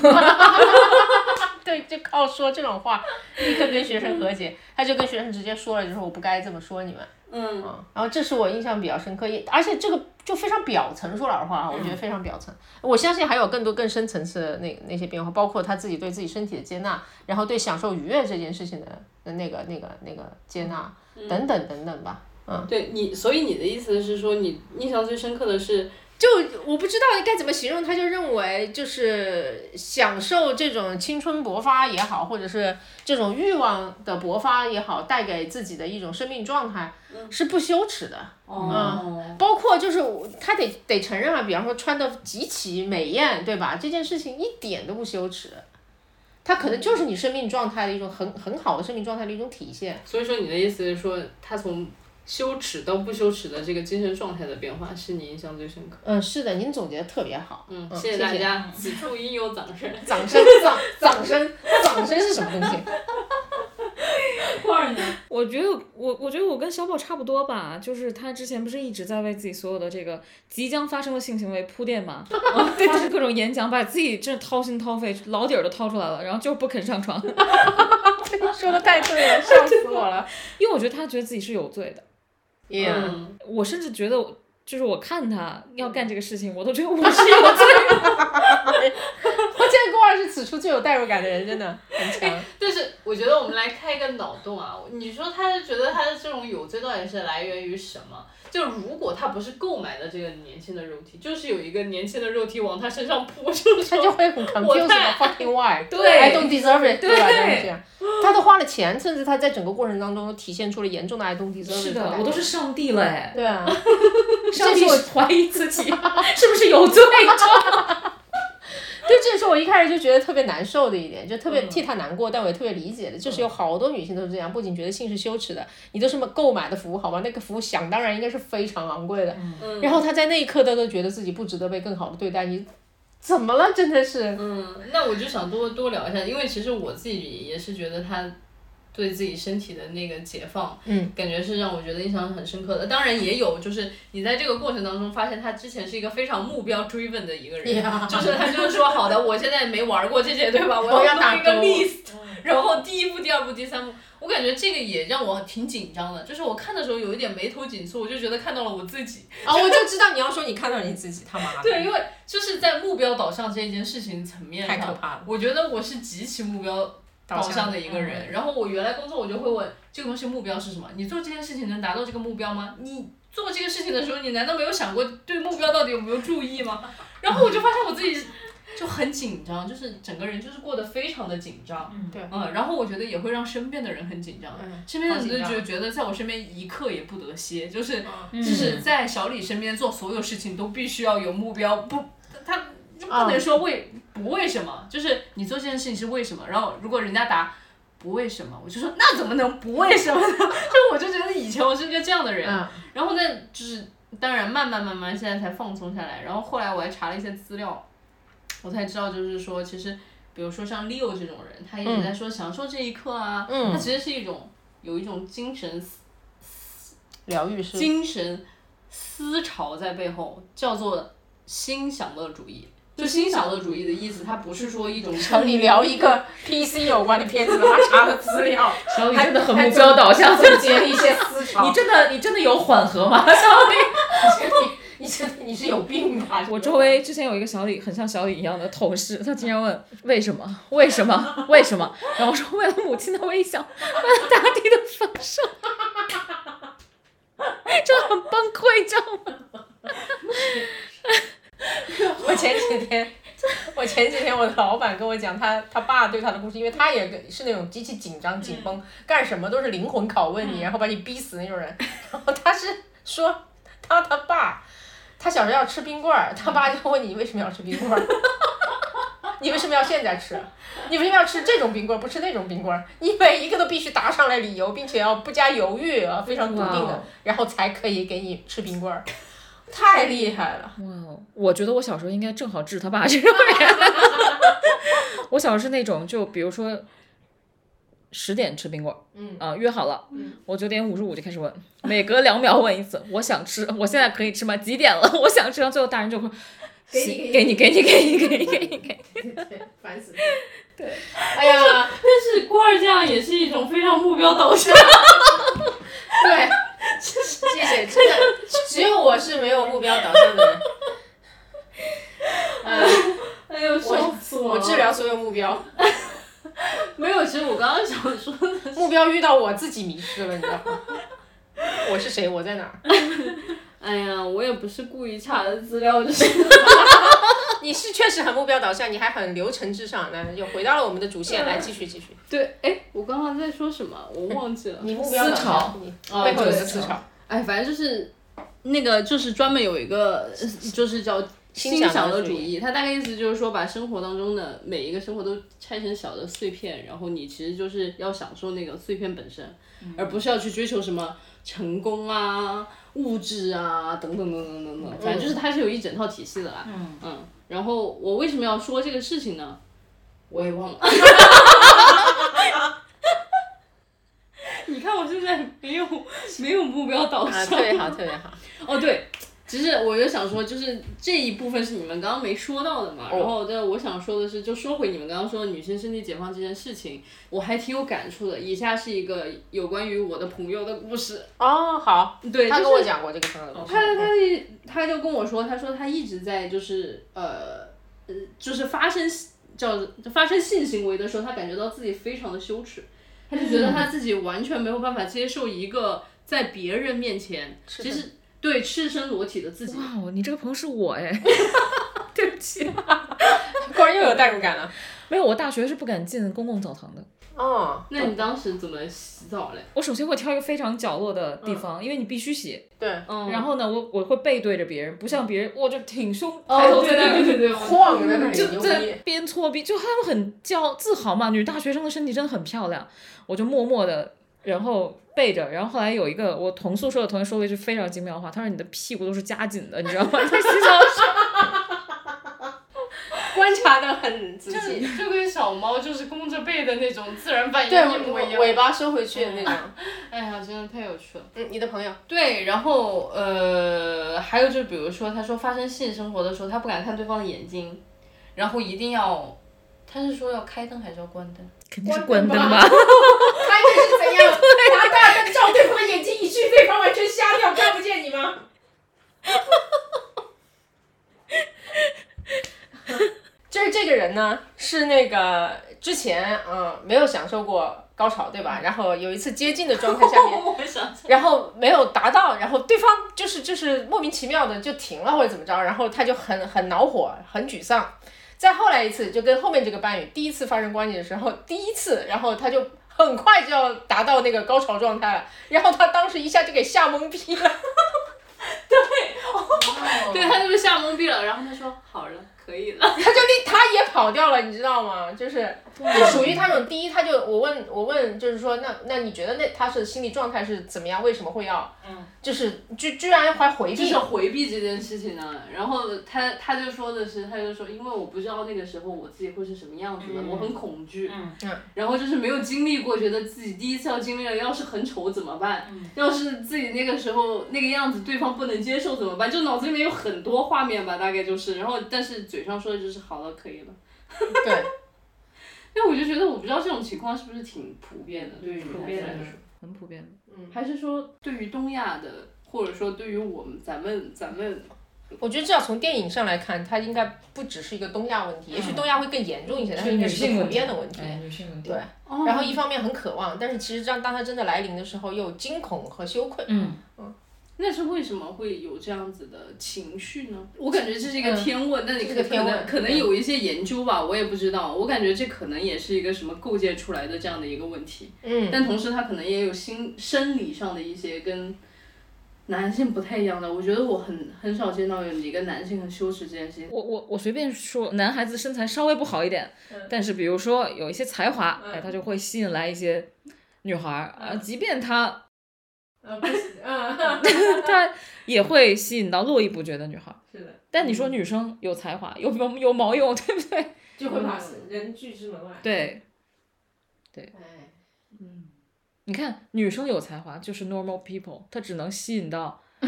B: 对，就靠说这种话，立刻跟学生和解。他就跟学生直接说了，就是我不该这么说你们。
A: 嗯
B: 嗯，然后这是我印象比较深刻，也而且这个就非常表层。说老实话啊，我觉得非常表层。我相信还有更多更深层次的那那些变化，包括他自己对自己身体的接纳，然后对享受愉悦这件事情的的那个那个那个接纳，等等等等吧。
A: 对你，所以你的意思是说，你印象最深刻的是，
B: 就我不知道该怎么形容，他就认为就是享受这种青春勃发也好，或者是这种欲望的勃发也好，带给自己的一种生命状态
A: 嗯
B: 是不羞耻的。
A: 哦，
B: 包括就是我他得得承认啊，比方说穿的极其美艳，对吧？这件事情一点都不羞耻，它可能就是你生命状态的一种很很好的生命状态的一种体现。
A: 所以说你的意思是说，他从羞耻到不羞耻的这个精神状态的变化，是你印象最深刻。
B: 嗯，是的，您总结的特别好。
A: 嗯，
B: 嗯
A: 谢
B: 谢
A: 大
B: 谢
A: 家，此处应有掌声。
B: 掌声，掌掌声，掌声是什么 东西？
A: 罐儿呢？
C: 我觉得我我觉得我跟小宝差不多吧，就是他之前不是一直在为自己所有的这个即将发生的性行为铺 垫嘛，对，就是各种演讲，把自己真是掏心掏肺，老底儿都掏出来了，然后就是不肯上床，
B: 说的太 对了，笑死我了。
C: 因为我觉得他觉得自己是有罪的，
B: Yeah，
A: 嗯，
C: 我甚至觉得。就是我看他要干这个事情，我都觉得我是有罪。
B: 我见过二是此处最有代入感的人，真的很强。
A: 但是我觉得我们来开一个脑洞啊，你说他觉得他的这种有罪到底是来源于什么？就如果他不是购买的这个年轻的肉体，就是有一个年轻的肉体往他身上扑，就是
B: 他就
A: 说，
B: 会很 confused
A: 太
B: about fucking why，
C: 对
B: ，I don't deserve it，
C: 对
B: 对吧？就是这样，他都花了钱，甚至他在整个过程当中都体现出了严重的 I don't deserve it
C: 是
B: 感
C: 的，
B: 觉
C: 我都是上帝了哎，
B: 对啊，
C: 上帝
B: 这是我
C: 怀疑自己 是不是 有罪
B: 对，这也是我一开始就觉得特别难受的一点，就特
C: 嗯
B: 别替他难过，但我也特别理解的，就是有好多女性都是这样，不仅觉得性是羞耻的，你都是购买的服务好吗？那个服务想当然应该是非常昂贵的，
A: 嗯
B: 然后他在那一刻他都觉得自己不值得被更好的对待，你怎么了？真的是，
A: 嗯，那我就想多多聊一下，因为其实我自己也是觉得他对自己身体的那个解放，
B: 嗯，
A: 感觉是让我觉得印象很深刻的。当然也有，就是你在这个过程当中发现他之前是一个非常目标 driven 的一个人
B: Yeah
A: 就是他就是说好的，我现在没玩过这些，对吧？我
B: 我要
A: 要
B: 打
A: 弄一个
B: 勾
A: list，然后第一步、第二步、第三步，我感觉这个也让我挺紧张的，就是我看的时候有一点眉头紧蹙，我就觉得看到了我自己。
B: 啊、我就知道你要说你看到你自己，他妈的，
A: 对，因为就是在目标导向这一件事情层面上，
B: 太可怕了
A: 我觉得我是极其目标导向的一嗯个人。然后我原来工作，我就会问这个东西目标是什么？你做这件事情能达到这个目标吗？你做这个事情的时候，你难道没有想过对目标到底有没有注意吗？然后我就发现我自己就很紧张，就是整个人就是过得非常的紧张。
C: 嗯
B: 对
A: 嗯，然后我觉得也会让身边的人很紧张，
B: 嗯
A: 身边的人
B: 好紧
A: 就
B: 张
A: 觉觉得在我身边一刻也不得歇，就是
C: 嗯
A: 就是在小李身边做所有事情都必须要有目标，不，他就不
B: 嗯
A: 能说为、不为什么，就是你做这件事情是为什么，然后如果人家答不为什么，我就说那怎么能不为什么呢？ 就我就觉得以前我是个这样的人，
B: 嗯
A: 然后呢就是当然慢慢慢慢现在才放松下来，然后后来我还查了一些资料，我才知道就是说其实比如说像 Leo 这种人，他一直在说享受这一刻啊，
B: 嗯
A: 他其实是一种有一种精神
B: 疗愈师，
A: 精神思潮在背后，叫做新享乐主义。就新享乐主义的意思，它不是说一种
B: 和你聊一个 PC 有关的片子，他妈查的资料，
C: 小李真的很
B: 还
C: 目标导向，
B: 总结了一些思潮
C: 你。真的你真的有缓和吗？
B: 你你真的你是有病吧？
C: 我周围之前有一个小李，很像小李一样的同事，他经常问为什么，为什么，为什么，然后我说为了母亲的微笑，为了大地的丰收，真的很崩溃，你知道吗？
B: 我前几天，我前几天我的老板跟我讲他他爸对他的故事，因为他也跟是那种极其紧张紧绷，干什么都是灵魂拷问你，然后把你逼死那种人。然后他是说他他爸，他小时候要吃冰棍儿，他爸就问你为什么要吃冰棍儿。 你为什么要现在吃？你为什么要吃这种冰棍儿，不吃那种冰棍儿？你每一个都必须答上来理由，并且要不加犹豫啊，非常笃定
C: 哇
B: 的
C: 哦，
B: 然后才可以给你吃冰棍儿，太厉害了！
C: 哇哦，我觉得我小时候应该正好治他爸这种人。 我小时候是那种，就比如说十点吃冰棍儿，
A: 嗯
C: 啊、约好了，
A: 嗯
C: 我九点五十五就开始问，每隔两秒问一次，我想吃，我现在可以吃吗？几点了？ 我想吃，然后最后大人就会
A: 给
C: 行
A: 你
C: 给你给你给你给你 给你给你，
A: 对，烦死了。
B: 哎呀，
A: 但是罐儿酱也是一种非常目标导向，
B: 对，谢谢，真的，只有我是没有目标导向的人。呃，
A: 哎呦，笑死我
B: 我
A: 了！
B: 治疗所有目标，
A: 没有，其实我刚刚想说的是，
B: 目标遇到我自己迷失了，你知道吗？我是谁？我在哪儿？
A: 哎呀，我也不是故意查的资料，就是
B: 你是确实很目标导向，你还很流程至上，那又回到了我们的主线，来继续 继续。
A: 对，哎，我刚刚在说什么？我忘记了。
B: 你目标导
C: 思考
B: 向，你
A: 哦
B: 背后有
A: 对
B: 个思考，
A: 哎，反正就是那个，就是专门有一个，呃就是叫
B: 心
A: 想
B: 想乐
A: 乐
B: 主义
A: 义。它大概意思就是说，把生活当中的每一个生活都拆成小的碎片，然后你其实就是要享受那个碎片本身，
B: 嗯
A: 而不是要去追求什么成功啊、物质啊等等等等等等。反正就是它是有一整套体系的啦。嗯然后我为什么要说这个事情呢？我也忘了。你看我现在没有没有目标导向，
B: 啊，特别好，特别 好。
A: 哦，对，其实我就想说，就是这一部分是你们刚刚没说到的
B: 哦
A: 嘛。然后，对，我想说的是，就说回你们刚刚说的女性身体解放这件事情，我还挺有感触的。以下是一个有关于我的朋友的故事。
B: 哦，好，
A: 对，
B: 他
A: 就
B: 跟我
A: 是
B: 讲过这个朋友的故事。
A: 他他的他就跟我说，他说他一直在就是呃呃，就是发生叫发生性行为的时候，他感觉到自己非常的羞耻，他就觉得他自己完全没有办法接受一个在别人面前其实对赤身裸体的自己。
C: 哇哦，你这个朋友是我哎， 对不起，
B: 果然又有代入感 了。
C: 没有，我大学是不敢进公共澡堂的。
B: 哦，
A: 那你当时怎么洗澡嘞？
C: 我首先会挑一个非常角落的地方，因为你必须洗。
B: 对，
A: 嗯
C: 然
A: 后
C: 后呢，我我会背对着别人，不像别人，我就挺胸抬头
A: 哦对
C: 在那
A: 对对
C: 边
A: 对，
B: 晃着那里
C: 就
B: 牛
C: 在
B: 逼。
C: 边搓边，就他们很骄傲自豪嘛，女大学生的身体真的很漂亮。我就默默的，然后背着，然后后来有一个我同宿舍的同学说了一句非常精妙的话，他说你的屁股都是夹紧的，你知道 吗？在洗澡的时候
B: 观察的很仔细，
A: 就跟小猫就是弓着背的那种自然反
B: 对尾尾巴收回去的那 种。
A: 哎呀，真的太有趣了。
B: 嗯，你的朋友，
A: 对，然后呃，还有就比如说，他说发生性生活的时候，他不敢看对方的眼睛，然后一定要，他是说要开灯还是要关灯？
C: 肯定是关灯
B: 关灯
C: 吧
B: 吧？他这是怎样拿大灯照对方眼睛一去，对方完全瞎掉，看不见你吗？ 就是这个人呢，是那个之前嗯没有享受过高潮，对吧？然后有一次接近的状态下面，
A: 我想起
B: 然后没有达到，然后对方就是就是莫名其妙的就停了或者怎么着，然后他就很很恼火，很沮丧。再后来一次，就跟后面这个伴侣第一次发生关系的时候，第一次，然后他就很快就要达到那个高潮状态了，然后他当时一下就给吓懵逼 了。
A: 来，对他就是吓懵逼了，然后他说好了，可以了。
B: 他就立他也跑掉了，你知道吗？就是就属于他那种第一，他就我问我问，就是说那那你觉得那他是心理状态是怎么样？为什么会要？嗯，就是居居然还回
A: 就
B: 避
A: 是回避这件事情呢。然后他他就说的是，他就说，因为我不知道那个时候我自己会是什么样子的，我很恐惧。嗯
B: 嗯
A: 然后就是没有经历过，觉得自己第一次要经历了，要是很丑怎么办？要是自己那个时候那个样子，对方不能接受怎么办？就脑子里面有很多画面吧，大概就是。然后但是嘴上说的就是好了，可以了。
B: 对。
A: 因为我就觉得，我不知道这种情况是不是挺普遍的，对于女
C: 普
A: 孩
C: 遍
A: 子
C: 的
A: 来说。
C: 很普遍的。
A: 还是说对于东亚的，或者说对于我们咱们咱们
B: 我觉得至少从电影上来看，它应该不只是一个东亚问题，也许东亚会更严重一些，但
C: 嗯是
B: 是应该
C: 女
B: 是一
C: 性
B: 个
C: 问
B: 普
C: 题
B: 遍的问题。
C: 哎，女性问题。
B: 对
A: 哦
B: 然后一方面很渴望，但是其实当当它真的来临的时候，又惊恐和羞愧。
C: 嗯，
A: 那是为什么会有这样子的情绪呢？我感觉这是一个天问，那你
B: 嗯这
A: 可
B: 是个天
A: 可
B: 问嗯
A: 能可能有一些研究吧，我也不知道。我感觉这可能也是一个什么构建出来的这样的一个问题，
B: 嗯，
A: 但同时它可能也有心生理上的一些跟男性不太一样的，我觉得我很很少见到有一个男性很羞耻这件事情。
C: 我我我随便说，男孩子身材稍微不好一点，
B: 嗯
C: 但是比如说有一些才华，哎，他就会吸引来一些女孩儿啊，即便他
D: 嗯，不是，嗯，
C: 他也会吸引到络绎不绝的女孩儿。
D: 是的，
C: 但你说女生有才华，有有有毛用，对不对？
D: 就
A: 嗯
D: 会把人拒之门外。
C: 对，
D: 哎，
C: 你看女生有才华就是 normal people，她只能吸引到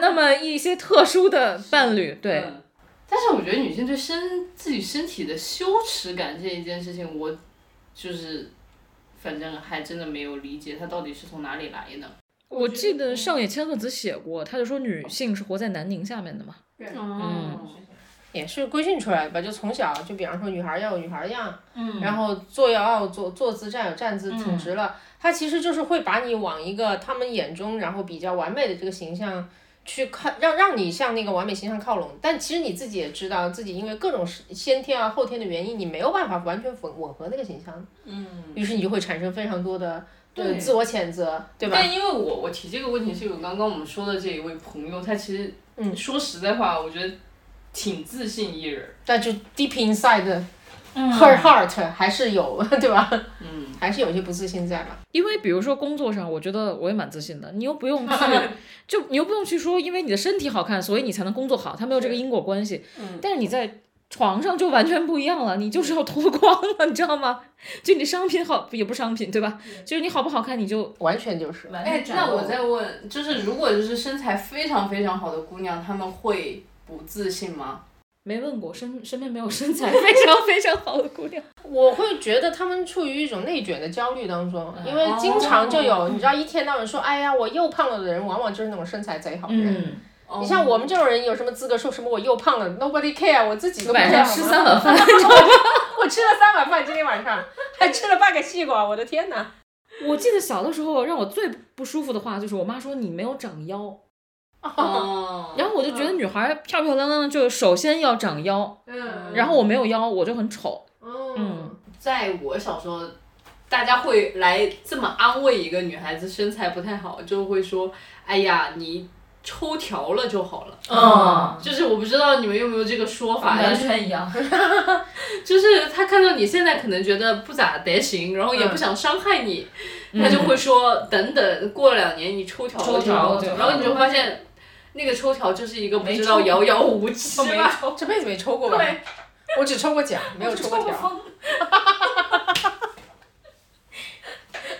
C: 那么一些特殊的伴侣。对，
A: 嗯但是我觉得女性对身自己身体的羞耻感这一件事情，我就是反正还真的没有理解它到底是从哪里来的。
C: 我记得上野千鹤子写过，她就说女性是活在南宁下面的嘛。
B: 哦
D: 对，
A: 嗯
B: 也是规训出来的吧，就从小就比方说女孩儿要有女孩儿的样，
A: 嗯
B: 然后坐要要坐坐姿站有站姿，挺直了。它其实就是会把你往一个他们眼中然后比较完美的这个形象去靠，让让你向那个完美形象靠拢。但其实你自己也知道，自己因为各种是先天啊后天的原因，你没有办法完全吻吻合那个形象，
A: 嗯，
B: 于是你就会产生非常多的呃
A: 对
B: 自我谴责，对吧？
A: 但因为我我提这个问题是有刚刚我们说的这一位朋友，他其实
B: 嗯
A: 说实在话，我觉得挺自信一人。
B: 但就 deep inside her heart 还是有， 对吧？
A: 嗯，
B: 还是有一些不自信在吧。
C: 因为比如说工作上，我觉得我也蛮自信的，你又不用去，就你又不用去说，因为你的身体好看，所以你才能工作好，它没有这个因果关系。
A: 嗯
C: 但是你在床上就完全不一样了，你就是要脱光了，你知道吗？就你商品好也不商品，对吧？就是你好不好看，你就
B: 完全就是。
A: 哎，那我再问，就是如果就是身材非常非常好的姑娘，她们会不自信吗？
C: 没问过身身边没有身材非常非常好的姑娘。
B: 我会觉得他们处于一种内卷的焦虑当中，
C: 嗯
B: 因
C: 哦
B: 为经常就有，你知道，一天到晚说，哎呀，我又胖了的人，往往就是那种身材贼好的人。
C: 嗯，
A: 哦
B: 你像我们这种人，有什么资格说什么我又胖了？Nobody care，我自己都不
C: 晚
B: 知道
C: 上
B: 好
C: 吃
B: 吗
C: 三碗饭，
B: 我吃了三碗饭，今天晚上还吃了半个西瓜，我的天哪！
C: 我记得小的时候让我最不舒服的话就是我妈说你没有长腰，
A: 哦，
C: 然后我就觉得女孩漂漂亮亮的就首先要长腰，
D: 嗯，
C: 然后我没有腰我就很丑。
D: 嗯，
A: 在我小时候，大家会来这么安慰一个女孩子身材不太好，就会说：“哎呀，你抽条了就好了。”
D: 嗯，
A: 就是我不知道你们有没有这个说法，但
D: 完
A: 是
D: 全一样。
A: 就是他看到你现在可能觉得不咋得行，然后也不想伤害你，他就会说：“等等，过两年你抽条了就好了
C: 抽条了就好
A: 然后你就发现。那个抽条就是一个不知道
D: 没抽
A: 遥遥无期吧，
B: 这辈子没抽过吧？我只抽过奖，没有抽 过条。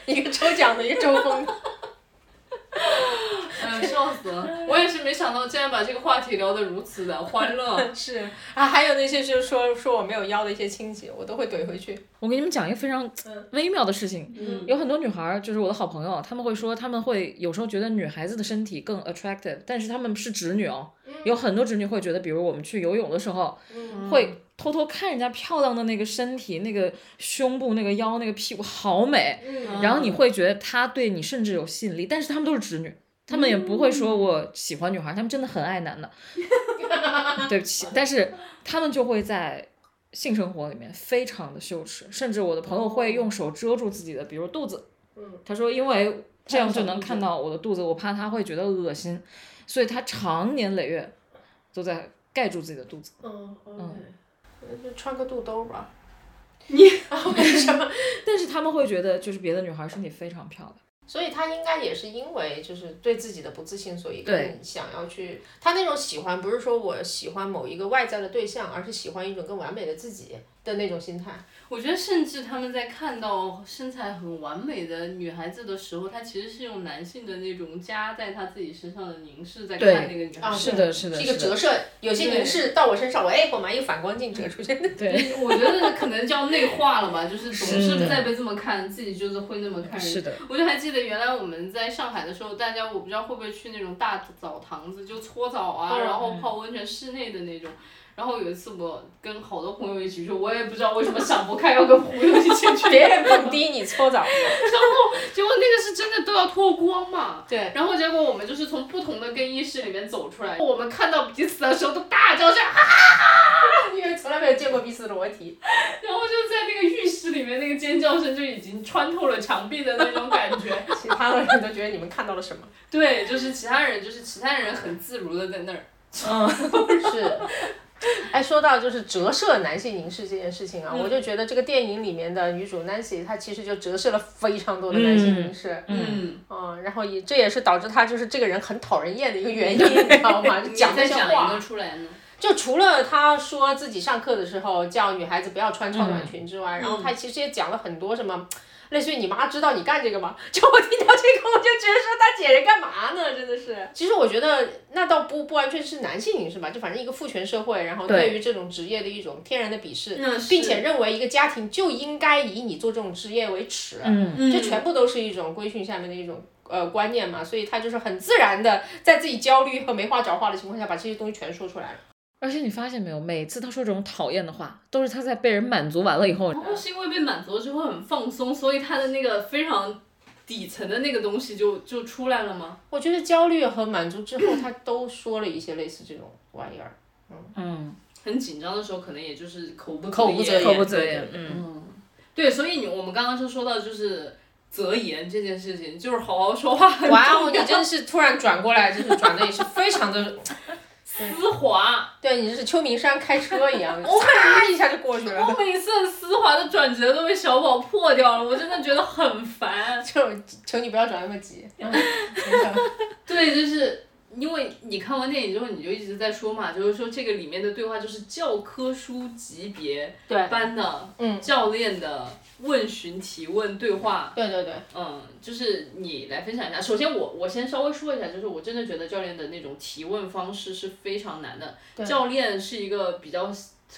B: 一个抽奖的，一个抽风 的。
A: 嗯， 笑死了！我也是没想到，竟然把这个话题聊得如此的欢乐。
B: 是啊，还有那些就是说说我没有腰的一些亲戚，我都会怼回去。
C: 我给你们讲一个非常微妙的事情，
A: 嗯
C: 有很多女孩儿，就是我的好朋友，她们会说，她们会有时候觉得女孩子的身体更 attractive，但是她们是直女哦，
D: 嗯
C: 有很多直女会觉得，比如我们去游泳的时候，会偷偷看人家漂亮的那个身体、那个胸部、那个腰、那个屁股好美，
B: 嗯
C: 然后你会觉得她对你甚至有吸引力，但是她们都是直女。她们也不会说我喜欢女孩，她们真的很爱男的， 对不起，但是她们就会在性生活里面非常的羞耻，甚至我的朋友会用手遮住自己的，比如肚子，他说因为这样就能看到我的嗯肚子，我怕他会觉得恶心，所以他常年累月都在盖住自己的肚子。
B: 嗯嗯，就穿个肚兜 吧。
C: 但是他们会觉得，就是别的女孩身体非常漂亮。
B: 所以他应该也是因为就是对自己的不自信，所以
C: 对
B: 更想要去他那种喜欢，不是说我喜欢某一个外在的对象，而是喜欢一种更完美的自己的那种心态。
A: 我觉得，甚至他们在看到身材很完美的女孩子的时候，她其实是用男性的那种加在她自己身上的凝视在看
C: 对
A: 那个女孩
B: 啊
A: 子。
C: 是的，是的，
B: 是一个折射，有些凝视到我身上，我哎，我买一反光镜折出去。
C: 对，
A: 我觉得可能叫内化了吧，就是总
C: 是
A: 是
C: 的
A: 在被这么看，自己就是会那么看人。
C: 是的。
A: 我就还记得原来我们在上海的时候，大家我不知道会不会去那种大澡堂子，就搓澡啊，
B: 嗯
A: 然后泡温泉室内的那种。然后有一次我跟好多朋友一起去，我也不知道为什么想不开要跟朋友一起去，
B: 别 人蹦迪，你搓澡。
A: 结果那个是真的都要脱光嘛。
B: 对。
A: 然后结果我们就是从不同的更衣室里面走出来，我们看到彼此的时候都大叫声啊，
B: 因为搓从来没有见过逼死裸体。
A: 然后就在那个浴室里面，那个尖叫声就已经穿透了墙壁的那种感觉。
B: 其他的人都觉得你们看到了什么？
A: 对，就是其他人，就是其他人很自如的在那儿。
B: 是。哎，说到就是折射男性凝视这件事情啊，我就觉得这个电影里面的女主 Nancy，她其实就折射了非常多的男性凝视，
A: 嗯，
B: 嗯，然后也这也是导致她就是这个人很讨人厌的一个原因，你知道吗？就讲那
A: 再
B: 些
A: 讲一
B: 话
A: 个，出来呢。
B: 就除了她说自己上课的时候叫女孩子不要穿超短裙之外，然后她其实也讲了很多什么。类似于你妈知道你干这个吗？ 就我听到这个，我就觉得说她姐人干嘛呢？真的是。其实我觉得那倒不不完全是男性凝视吧，就反正一个父权社会，然后对
C: 对
B: 于这种职业的一种天然的鄙视。
A: 嗯，
B: 并且认为一个家庭就应该以你做这种职业为耻，
C: 嗯，
A: 嗯
B: 这全部都是一种规训下面的一种呃观念嘛，所以他就是很自然的在自己焦虑和没话找话的情况下，把这些东西全说出来了。
C: 而且你发现没有，每次他说这种讨厌的话，都是他在被人满足完了以后，
A: 然后是因为被满足了之后很放松，所以他的那个非常底层的那个东西就就出来了吗？
B: 我觉得焦虑和满足之后，他都说了一些类似这种玩意儿。
C: 嗯，
A: 很紧张的时候，可能也就是口不
B: 口不
A: 不
B: 择
A: 言，
B: 言
C: 口
B: 不
C: 不
B: 择
C: 择
B: 言
C: 言，嗯，
A: 对，所以你我们刚刚就说到就是择言这件事情，就是好好说话很
B: 哇哦，你真是突然转过来，就是转的也是非常的，
A: 丝滑。
B: 对你这是秋名山开车一样，嚓一下就过去了
A: 我。每次很丝滑的转折都被小宝破掉了，我真的觉得很烦。
B: 就求你不要转那么急。嗯没事
A: 对，就是因为你看完电影之后，你就一直在说嘛，就是说这个里面的对话就是教科书级别
B: 对
A: 般的，
B: 嗯
A: 教练的问询、提问、对话，
B: 对对对，
A: 嗯，就是你来分享一下。首先我，我先稍微说一下，就是我真的觉得教练的那种提问方式是非常难的。教练是一个比较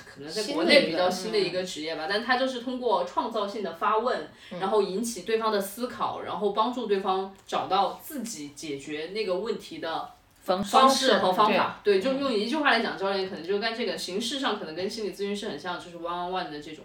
A: 可能在国
B: 新的一
A: 内
B: 个
A: 比较新的一个职业吧，但他就是通过创造性的发问，
B: 嗯
A: 然后引起对方的思考，然后帮助对方找到自己解决那个问题的。
C: 方
A: 方式和方
C: 对
A: 法，对，就用一句话来讲，教练可能就干这个形式上可能跟心理咨询师很像，就是 one on one 的这种、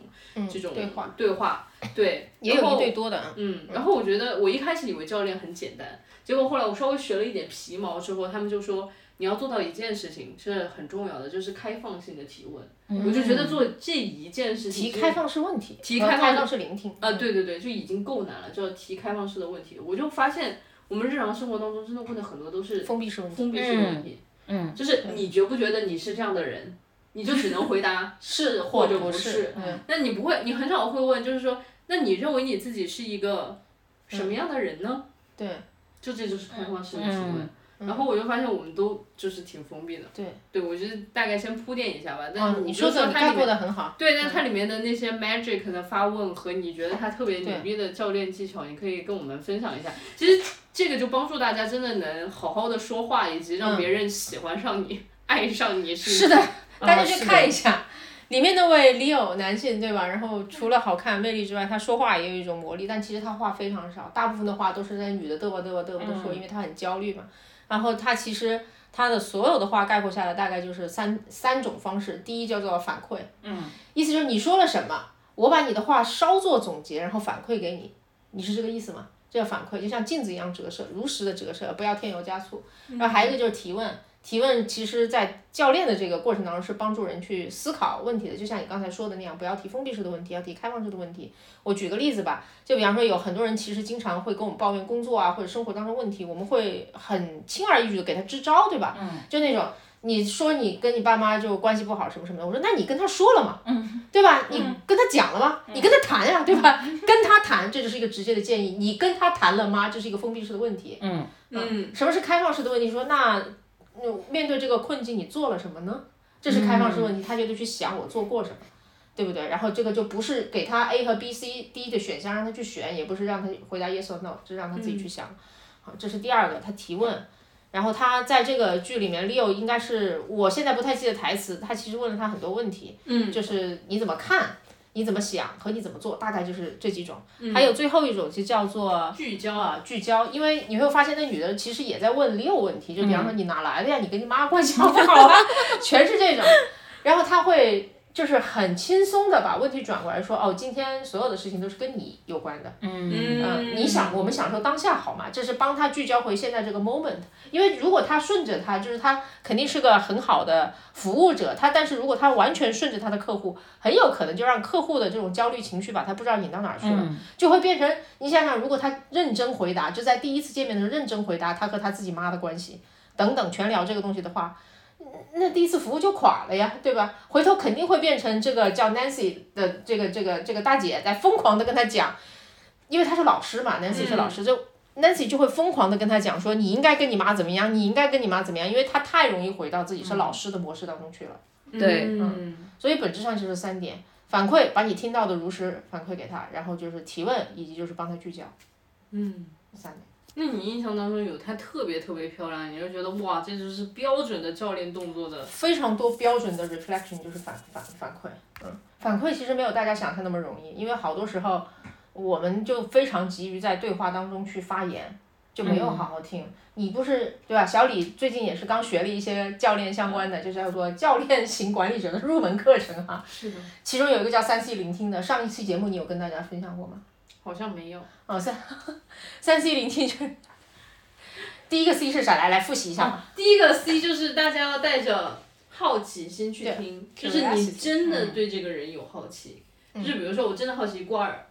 A: 这种
B: 嗯对话
A: 对话，对，
B: 也
A: 然
B: 有
A: 后
B: 一对多的啊。
A: 嗯，然后我觉得我一开始以为教练很简单，结果后来我稍微学了一点皮毛之后，他们就说你要做到一件事情是很重要的，就是开放性的提问。我就觉得做这一件事情
B: 嗯提
A: 就，
B: 开放式问题，
A: 提
B: 和
A: 开放式
B: 式呃聆听。
A: 啊，对对对，就已经够难了，就要提开放式的问题。我就发现我们日常生活当中真的问的很多都是
B: 封闭式问题
A: 封闭式的问题，嗯，就是你觉不觉得你是这样的人？你就只能回 答是或者
B: 不
A: 是，
B: 是嗯
A: 那你不会，你很少会问，就是说，那你认为你自己是一个什
B: 嗯
A: 么样的人呢？
B: 对，啊
A: 就这就是开
B: 嗯
A: 放式的提问。然后我就发现我们都就是挺封闭的。
B: 对，
A: 对我就是大概先铺垫一下吧。但
B: 啊
A: 是，
B: 你
A: 就
B: 说
A: 说
B: 的你
A: 它
B: 概
A: 里
B: 括
A: 面
B: 的很好。
A: 对，但它里面的那些 magic 的发问和你觉得它特别牛
B: 对
A: 逼的教练技巧，你可以跟我们分享一下。其实这个就帮助大家真的能好好的说话，以及让别人喜欢上你、 爱上你是。
B: 嗯是的，大家
C: 啊是
B: 去
C: 的
B: 看一下。里面那位 Leo 男性对吧？然后除了好看魅力之外，他说话也有一种魔力，但其实他话非常少，大部分的话都是在女的嘚啵嘚啵嘚啵的说，
C: 嗯
B: 因为他很焦虑嘛。然后他其实他的所有的话概括下来大概就是三三种方式，第一叫做反馈，嗯，意思就是你说了什么，我把你的话稍作总结，然后反馈给你，你是这个意思吗？这叫反馈，就像镜子一样折射，如实的折射，不要添油加醋。
C: 嗯
B: 然后还有一个就是提问，提问其实，在教练的这个过程当中是帮助人去思考问题的，就像你刚才说的那样，不要提封闭式的问题，要提开放式的问题。我举个例子吧，就比方说有很多人其实经常会跟我们抱怨工作啊或者生活当中问题，我们会很轻而易举的给他支招，对吧？嗯，就那种。你说你跟你爸妈就关系不好什么什么的，我说那你跟他说了吗？嗯，对吧？你跟他讲了吗？你跟他谈呀、对吧？跟他谈，这就是一个直接的建议。你跟他谈了吗？这是一个封闭式的问题。
A: 嗯，
B: 什么是开放式的问题？说那嗯面对这个困境，你做了什么呢？这是开放式问题，他就得去想我做过什么，对不对？然后这个就不是给他 A 和 B、C、D 的选项让他去选，也不是让他回答 yes or no，这是让他自己去想。好，这是第二个，他提问。然后他在这个剧里面，Leo 应该是我现在不太记得台词，他其实问了他很多问题，嗯，就是你怎么看，你怎么想和你怎么做，大概就是这几种。还有最后一种就叫做
A: 嗯聚焦啊，
B: 啊，聚焦，因为你会发现那女的其实也在问六问题，就 比方说你哪来的呀？你跟你妈关系好不好啊？全是这种。然后她会就是很轻松的把问题转过来说，哦，今天所有的事情都是跟你有关的，
C: 嗯
B: 呃你想，我们享受当下好吗？这是帮他聚焦回现在这个 moment，因为如果他顺着他，就是他肯定是个很好的服务者，他但是如果他完全顺着他的客户，很有可能就让客户的这种焦虑情绪把他不知道引到哪儿去了，就会变成你想想，如果他认真回答，就在第一次见面的时候认真回答他和他自己妈的关系等等，全聊这个东西的话。那第一次服务就垮了呀，对吧？回头肯定会变成这个叫 Nancy 的这个这个这个大姐在疯狂的跟他讲，因为她是老师嘛，Nancy
D: 嗯
B: 是老师，就 Nancy 就会疯狂的跟他讲说，你应该跟你妈怎么样，你应该跟你妈怎么样，因为她太容易回到自己是老师的模式当中去了。
C: 对
D: 嗯
B: 所以本质上就是三点：反馈，把你听到的如实反馈给他，然后就是提问，以及就是帮他聚焦。
D: 嗯，
B: 三点。
A: 那你印象当中有她特别特别漂亮，你就觉得哇，这就是标准的教练动作的。
B: 非常多标准的 reflection 就是反反反馈，嗯，反馈其实没有大家想象那么容易，因为好多时候我们就非常急于在对话当中去发言，就没
A: 嗯
B: 有好好听。你不是对吧？小李最近也是刚学了一些教练相关的，就叫做教练型管理者的入门课程哈、啊
A: 是的，
B: 其中有一个叫三 C 聆听的，上一期节目你有跟大家分享过吗？
A: 好像没有。
B: 哦，三三 C 聆听就是 第一个 C 是啥？来来复习一下吧。
A: 第一个 C 就是大家要带着好奇心去听，就是嗯你真的对这个人有好奇，就是比如说我真的好奇罐儿。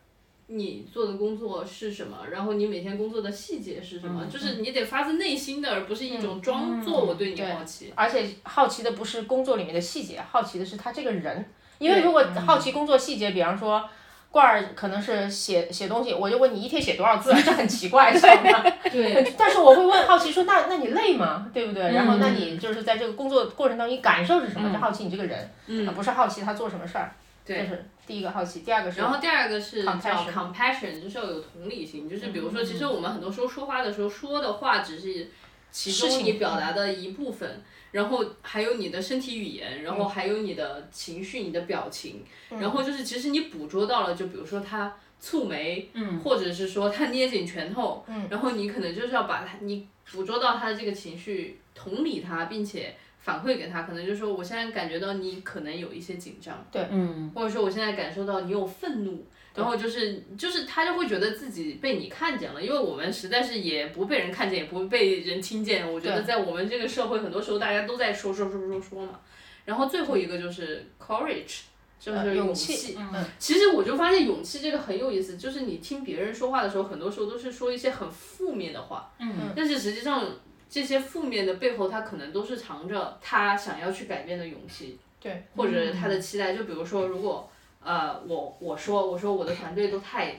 A: 你做的工作是什么？然后你每天工作的细节是什么？就是你得发自内心的，而不是一种装作我嗯对你好 奇。
B: 而且好奇的不是工作里面的细节，好奇的是他这个人。因为如果好奇工作细节，比方说罐儿可能是写写东西，我就问你一天写多 少字，这很奇怪，知道吗？
A: 对，
B: 但是我会问好奇说，那那你累吗？对不对？然后那你就是在这个工作过程当中，你感受是什么？就好奇你这个人，而不是好奇他做什么事儿。
A: 对
B: 这是第一个好奇，第二个是
A: 然后第二个是叫
B: Compassion 嗯
A: compassion，就是要有同理心。就是比如说，其实我们很多时候说话的时候说的话只是其
B: 事
A: 中
B: 情
A: 你表达的一部分，然后还有你的身体语言，然
B: 嗯
A: 后还有你的情绪、你的表情，然后就是其实你捕捉到了，就比如说他蹙眉，
B: 嗯
A: 或者是说他捏紧拳头，然后你可能就是要把他你捕捉到他的这个情绪，同理他，并且反馈给他，可能就是说我现在感觉到你可能有一些紧张。
C: 嗯
A: 或者说我现在感受到你有愤怒，然后就是就是他就会觉得自己被你看见了，因为我们实在是也不被人看见，也不被人听见。我觉得在我们这个社会，很多时候大家都在说说说说说嘛。然后最后一个就是 courage，就
B: 呃
A: 是
B: 勇
A: 气。
B: 气，嗯，
A: 其实我就发现勇气这个很有意思，就是你听别人说话的时候，很多时候都是说一些很负面的话，嗯，但是实际上这些负面的背后，他可能都是藏着他想要去改变的勇气，
B: 对，
A: 或者他的期待。就比如说，如果呃，我我说我说我的团队都太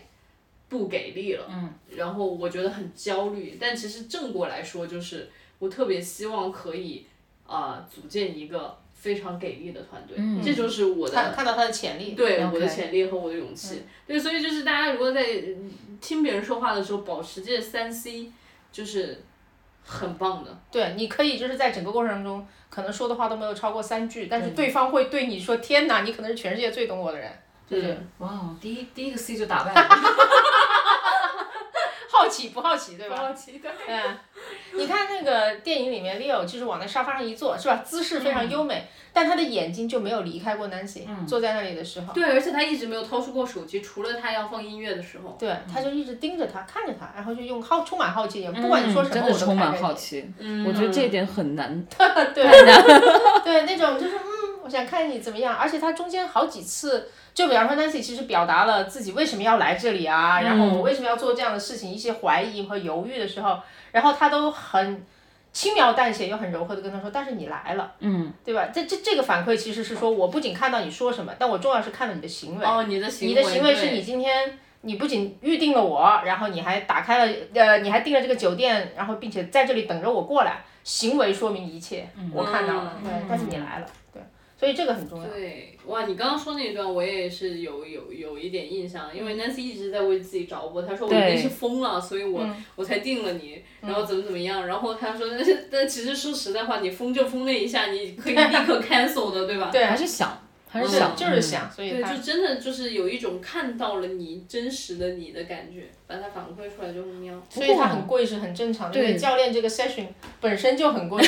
A: 不给力了，嗯，然后我觉得很焦虑，但其实正过来说，就是我特别希望可以呃组建一个非常给力的团队，嗯、这就是我的
B: 看看到他的潜力，
A: 对
B: OK
A: 我的潜力和我的勇气。对，所以就是大家如果在嗯听别人说话的时候，保持这三 C，就是很棒的。
B: 对，你可以就是在整个过程中，可能说的话都没有超过三句，但是对方会对你说：“天哪，你可能是全世界最懂我的人。”就是
A: 嗯
C: 哇哦，第一第一个 C 就打败了，
B: 好奇不好奇，对吧？
D: 奇的，
B: 嗯，你看那个电影里面，Leo 就是往那沙发上一坐，是吧？姿势非常优
C: 嗯
B: 美，但他的眼睛就没有离开过 Nancy、坐在那里的时候，
A: 对，而且他一直没有掏出过手机，除了他要放音乐的时候。
B: 对，他就一直盯着他，看着他，然后就用好充满好奇的眼光，不管你说什么，
C: 嗯真
B: 我
C: 的
B: 都
C: 充
B: 看
C: 满
B: 着
C: 好
B: 你。嗯
C: 奇。我觉得这一点很难。
B: 对， 对那种就是嗯，我想看你怎么样。而且他中间好几次，就比方说 Nancy 其实表达了自己为什么要来这里啊，然后我为什么要做这样的事情，一些怀疑和犹豫的时候，然后他都很轻描淡写又很柔和的跟他说，但是你来了，嗯，对吧？这这这个反馈其实是说，我不仅看到你说什么，但我重要是看到你的行为。
A: 哦，你的行
B: 你
A: 为，
B: 的行为是
A: 对
B: 你今天，你不仅预定了我，然后你还打开了，呃，你还订了这个酒店，然后并且在这里等着我过来，行为说明一切，我看到了，
A: 嗯
B: 对，但是你来了，对，所以这个很重要，
A: 对，哇，你刚刚说那段我也是有有有一点印象，
B: 嗯
A: 因为 Nancy 一直在为自己着火，她说我一定是疯了，所以我、
B: 嗯
A: 我才定了你，然后怎么怎么样，然后她说，但是但其实说实在话，你疯就疯那一下，你可以立 刻 cancel 的，对吧？
B: 对，
C: 还是想，还是
B: 对
C: 想，
B: 就是
C: 嗯
B: 想，所以
A: 对，
B: 他
A: 就真的就是有一种看到了你真实的你的感觉，把它反馈出来就很妙。
B: 所以它很贵是很正常的，因为教练这个 session 本身就很贵，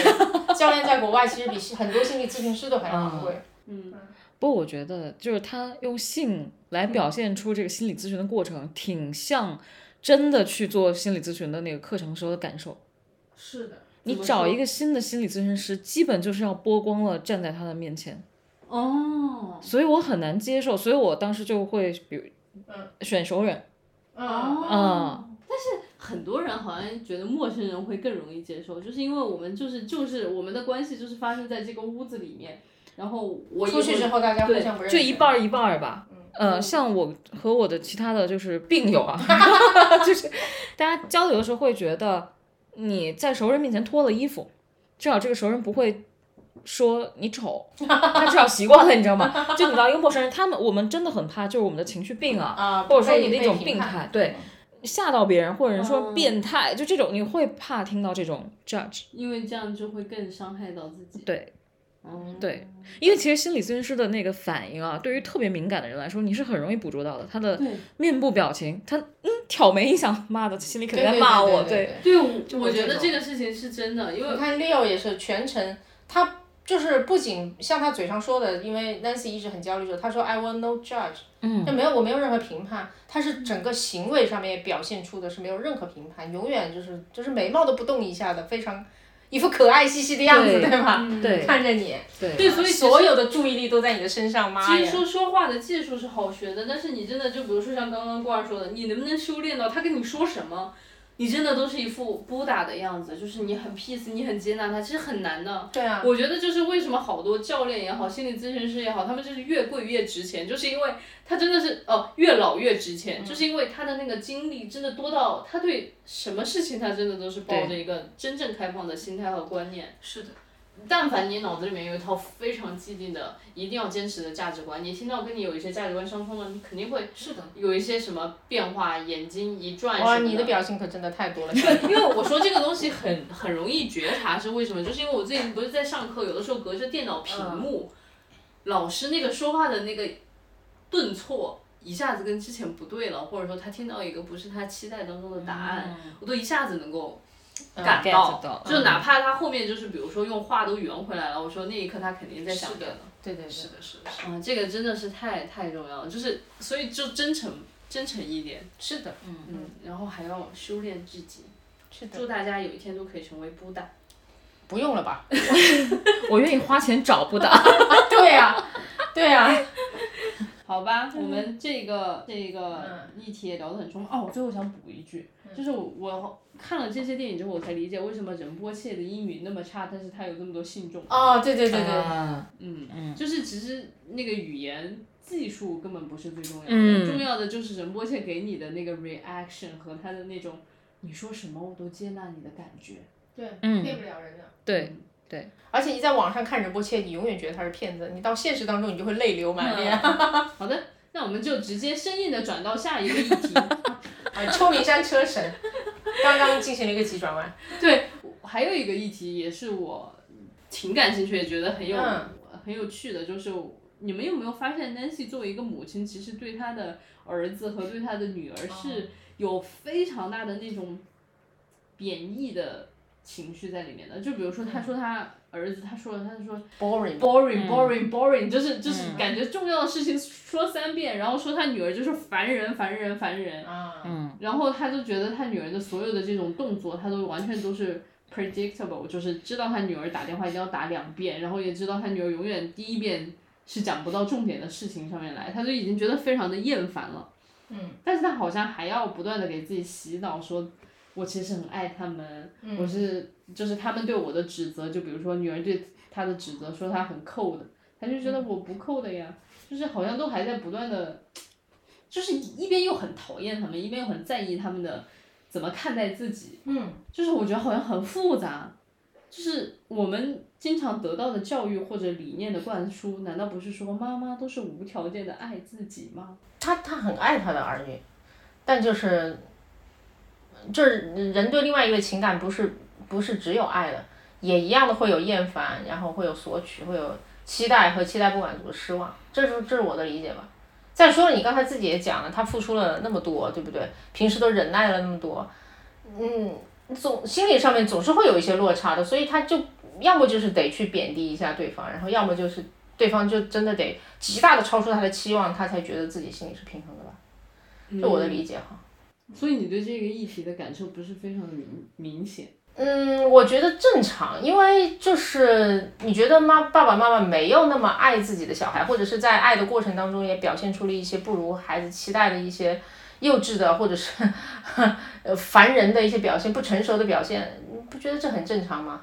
B: 教练在国外其实比很多心理咨询师都还要贵。
A: 嗯，
C: 不过我觉得，就是他用性来表现出这个心理咨询的过程，挺像真的去做心理咨询的那个课程时候的感受。
D: 是的，
C: 你
A: 怎么
C: 找
A: 说
C: 一个新的心理咨询师，基本就是要剥光了站在他的面前，
A: 哦
C: 所以我很难接受，所以我当时就会，比如
D: 嗯
C: 选熟人，
A: 哦
D: 嗯，
C: 嗯，
A: 很多人好像觉得陌生人会更容易接受，就是因为我们就是就是我们的关系就是发生在这个屋子里面，然后我
B: 出去之
A: 后
B: 后大家互
A: 对
B: 相不认识，
C: 就一半儿一半儿吧。呃，像我和我的其他的就是病友啊，就是大家交流的时候会觉得你在熟人面前脱了衣服，至少这个熟人不会说你丑，他至少习惯了，你知道吗？就你到一个陌生人，他们我们真的很怕，就是我们的情绪病啊，
B: 啊，
C: 或者说
B: 被
C: 你的一
B: 被
C: 种
B: 评
C: 病
B: 判
C: 态，对，吓到别人，或者说
A: 嗯
C: 变态，就这种你会怕听到这种 judge，
A: 因为这样就会更伤害到自己。
C: 对
A: 哦，
C: 对，因为其实心理咨询师的那个反应啊，对于特别敏感的人来说，你是很容易捕捉到的，他的
A: 对
C: 面部表情，他嗯挑眉一想，妈的，心里肯
B: 对
C: 定在
B: 对
C: 骂
B: 对
C: 我，
B: 对对。对
A: 对，我我
B: 这
A: 觉得
B: 种
A: 这个事情是真的，因
B: 你
A: 为
B: 看 Leo 也是全程，他就是不仅像他嘴上说的，因为 Nancy 一直很焦虑说，他说 I will no judge，
C: 嗯
B: 就没有我没有任何评判，他是整个行为上面表现出的是没有任何评判，永远就是就是眉毛都不动一下的，非常一副可爱兮兮的样子，
C: 对
B: 对吧？
C: 对
B: 看着你，
A: 嗯对，所以其实
B: 所有的注意力都在你的身上，妈
A: 其实
B: 呀！
A: 说说话的技术是好学的，但是你真的就比如说像刚刚罐儿说的，你能不能修炼到他跟你说什么，你真的都是一副不打的样子，就是你很 peace，你很接纳他，其实很难的。
B: 对啊，
A: 我觉得就是为什么好多教练也好，心理咨询师也好，他们就是越贵越值钱，就是因为他真的是哦越老越值钱，就是因为他的那个经历真的多到他对什么事情他真的都是抱着一个真正开放的心态和观念。
D: 是的，
A: 但凡你脑子里面有一套非常既定的、一定要坚持的价值观，你听到跟你有一些价值观相冲的，你肯定会
D: 是的，
A: 有一些什么变化，眼睛一转什么
B: 哇，你的表情可真的太多了。
A: 因为我说这个东西很很容易觉察是为什么？就是因为我最近不是在上课，有的时候隔着电脑屏幕，老师那个说话的那个顿挫一下子跟之前不对了，或者说他听到一个不是他期待当中的答案，我都一下子能够
B: 嗯
A: 感
C: ，get
A: 到，
C: 到
A: 就哪怕他后面就是比如说用话都圆回来了，我说那一刻他肯定在想
D: 是的
A: 别的。
B: 对对对
D: 是，的，是的，是的
A: 嗯，这个真的是太太重要了，就是所以就真诚真诚一点，
B: 是的，
A: 嗯，然后还要修炼自己。
B: 是的，
A: 祝大家有一天都可以成为布达。
B: 不用了吧？ 啊
C: 我愿意花钱找不打，
B: 对呀、对啊呀、
A: 好吧，我们这个这个议题也聊得很充分。哦，我最后想补一句，就是我我看了这些电影之后，我才理解为什么仁波切的英语那么差，但是他有那么多信众。
B: 哦， 对对对对，
C: 啊，
A: 嗯嗯，就是其实那个语言技术根本不是最重要的，
C: 嗯
A: 重要的就是仁波切给你的那个 reaction 和他的那种你说什么我都接纳你的感觉。嗯
D: 对，
C: 嗯
D: 骗不了人的。
C: 对，
B: 而且你在网上看仁波切，你永远觉得他是骗子，你到现实当中你就会泪流满面。
D: 嗯
A: 好的，那我们就直接生硬的转到下一个议 题。
B: 啊，秋名山车神刚刚进行了一个急转弯，
A: 对，还有一个议题也是我挺感兴趣，也觉得很有、
B: 嗯
A: 很有趣的，就是你们有没有发现，Nancy 作为一个母亲，其实对她的儿子和对她的女儿是有非常大的那种贬义的情绪在里面的。就比如说，她说她儿子，她说了，她就
B: 嗯
A: 说
B: boring
A: boring boring boring，就是就是感觉重要的事情说三遍，然后说她女儿就是烦人烦人烦人。
B: 啊，
A: 然后他就觉得他女儿的所有的这种动作，他都完全都是 predictable，就是知道他女儿打电话一定要打两遍，然后也知道他女儿永远第一遍是讲不到重点的事情上面来，他就已经觉得非常的厌烦了。
B: 嗯，
A: 但是他好像还要不断的给自己洗脑，说我其实很爱他们，我是就是他们对我的指责，就比如说女儿对他的指责，说他很扣的，他就觉得我不扣的呀，就是好像都还在不断的，就是一边又很讨厌他们，一边又很在意他们的怎么看待自己，
B: 嗯，
A: 就是我觉得好像很复杂，就是我们经常得到的教育或者理念的灌输，难道不是说妈妈都是无条件的爱自己吗？
B: 他他很爱他的儿女，但就是就是人对另外一个情感不是不是只有爱的，也一样的会有厌烦，然后会有索取，会有期待和期待不满足的失望，这是这是我的理解吧。再说了，你刚才自己也讲了，他付出了那么多，对不对？平时都忍耐了那么多，嗯，总心理上面总是会有一些落差的，所以他就要么就是得去贬低一下对方，然后要么就是对方就真的得极大的超出他的期望，他才觉得自己心里是平衡的吧？
C: 嗯
B: 就我的理解哈。
A: 嗯
D: 所以你对这个议题的感受不是非常的明明显。
B: 嗯，我觉得正常，因为就是你觉得妈爸爸妈妈没有那么爱自己的小孩，或者是在爱的过程当中也表现出了一些不如孩子期待的一些幼稚的，或者是呃烦人的一些表现，不成熟的表现，你不觉得这很正常吗？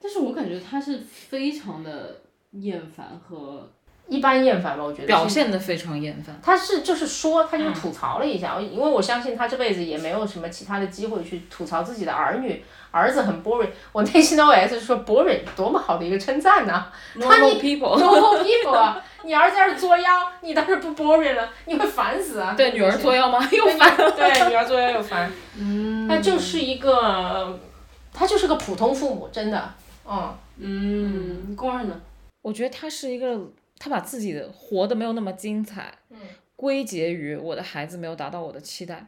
D: 但是我感觉他是非常的厌烦和
B: 一般厌烦吧，我觉得是
C: 表现的非常厌烦。
B: 他是就是说，他就是吐槽了一下，
C: 嗯
B: 因为我相信他这辈子也没有什么其他的机会去吐槽自己的儿女，儿子很 boring。我内心的 OS 是说 boring 多么好的一个称赞呐、
C: Normal people，
B: normal people 啊！你儿子要是作妖，你当然不 boring 了，你会烦死啊！
C: 对女儿作
B: 妖
C: 妖吗？ 又烦。
B: 对女儿作妖又烦，嗯，他就是一个，他就是个普通父母，真的，嗯，
A: 嗯，公二呢？
C: 我觉得他是一个，他把自己的活得没有那么精彩，
B: 嗯
C: 归结于我的孩子没有达到我的期待。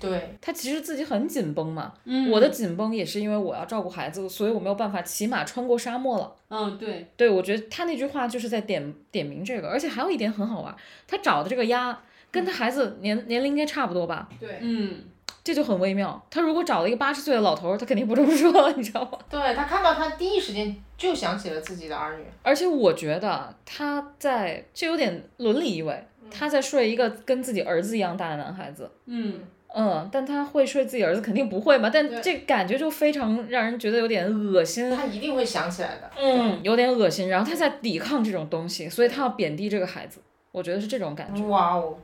B: 对，
C: 他其实自己很紧绷嘛，
A: 嗯
C: 我的紧绷也是因为我要照顾孩子，所以我没有办法骑马穿过沙漠了。
D: 嗯，对，
C: 对，我觉得他那句话就是在点点明这个，而且还有一点很好玩，他找的这个鸭跟他孩子年年龄应该差不多吧，
D: 对，
A: 嗯，
C: 这就很微妙。他如果找了一个八十岁的老头儿，他肯定不这么说，你知道吗？
B: 对他看到他第一时间就想起了自己的儿女，
C: 而且我觉得他在这有点伦理意味，他在睡一个跟自己儿子一样大的男孩子，
A: 嗯，
C: 嗯，但他会睡自己儿子肯定不会嘛，但
D: 对
C: 这感觉就非常让人觉得有点恶心，
B: 他一定会想起来的。
C: 嗯，有点恶心。然后他在抵抗这种东西，所以他要贬低这个孩子，我觉得是这种感觉。
B: 哇哦，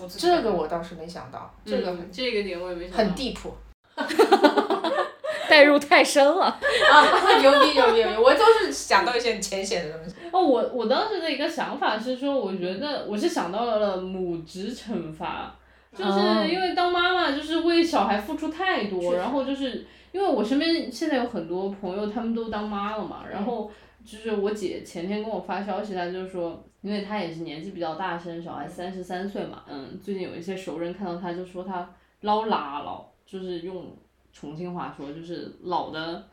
A: 我自己
B: 这个我倒是没想到，这个很、
A: 嗯这个点我也没想到，
B: 很 deep
C: 代入太深了，
B: 啊， 牛逼牛逼牛逼！我都是想到一些很浅显的东西。
D: 哦，我我当时的一个想法是说，我觉得我是想到了母职惩罚，就是因为当妈妈就是为小孩付出太多，然后就是因为我身边现在有很多朋友，他们都当妈了嘛，然后就是我姐前天跟我发消息，她就说，因为她也是年纪比较大，生小孩三十三岁嘛，嗯，最近有一些熟人看到她就说她捞拉了，就是用重庆话说就是老的。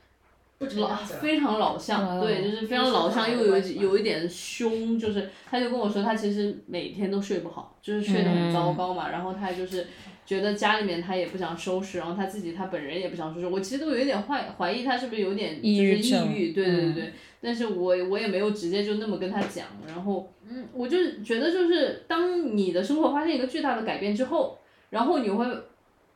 D: 老非常老
C: 哇
A: 相，
C: 哦
A: 对，就是非常老相，又有一有一点凶，就是他就跟我说，他其实每天都睡不好，就是睡得很
C: 嗯
A: 糟糕嘛。然后他就是觉得家里面他也不想收拾，然后他自己他本人也不想收拾。我其实都有一点怀怀疑他是不是有点
C: 抑郁
A: 就是抑
C: 症
A: 郁，对对
C: 嗯
A: 对。但是我我也没有直接就那么跟他讲，然后嗯，我就是觉得就是当你的生活发生一个巨大的改变之后，然后你会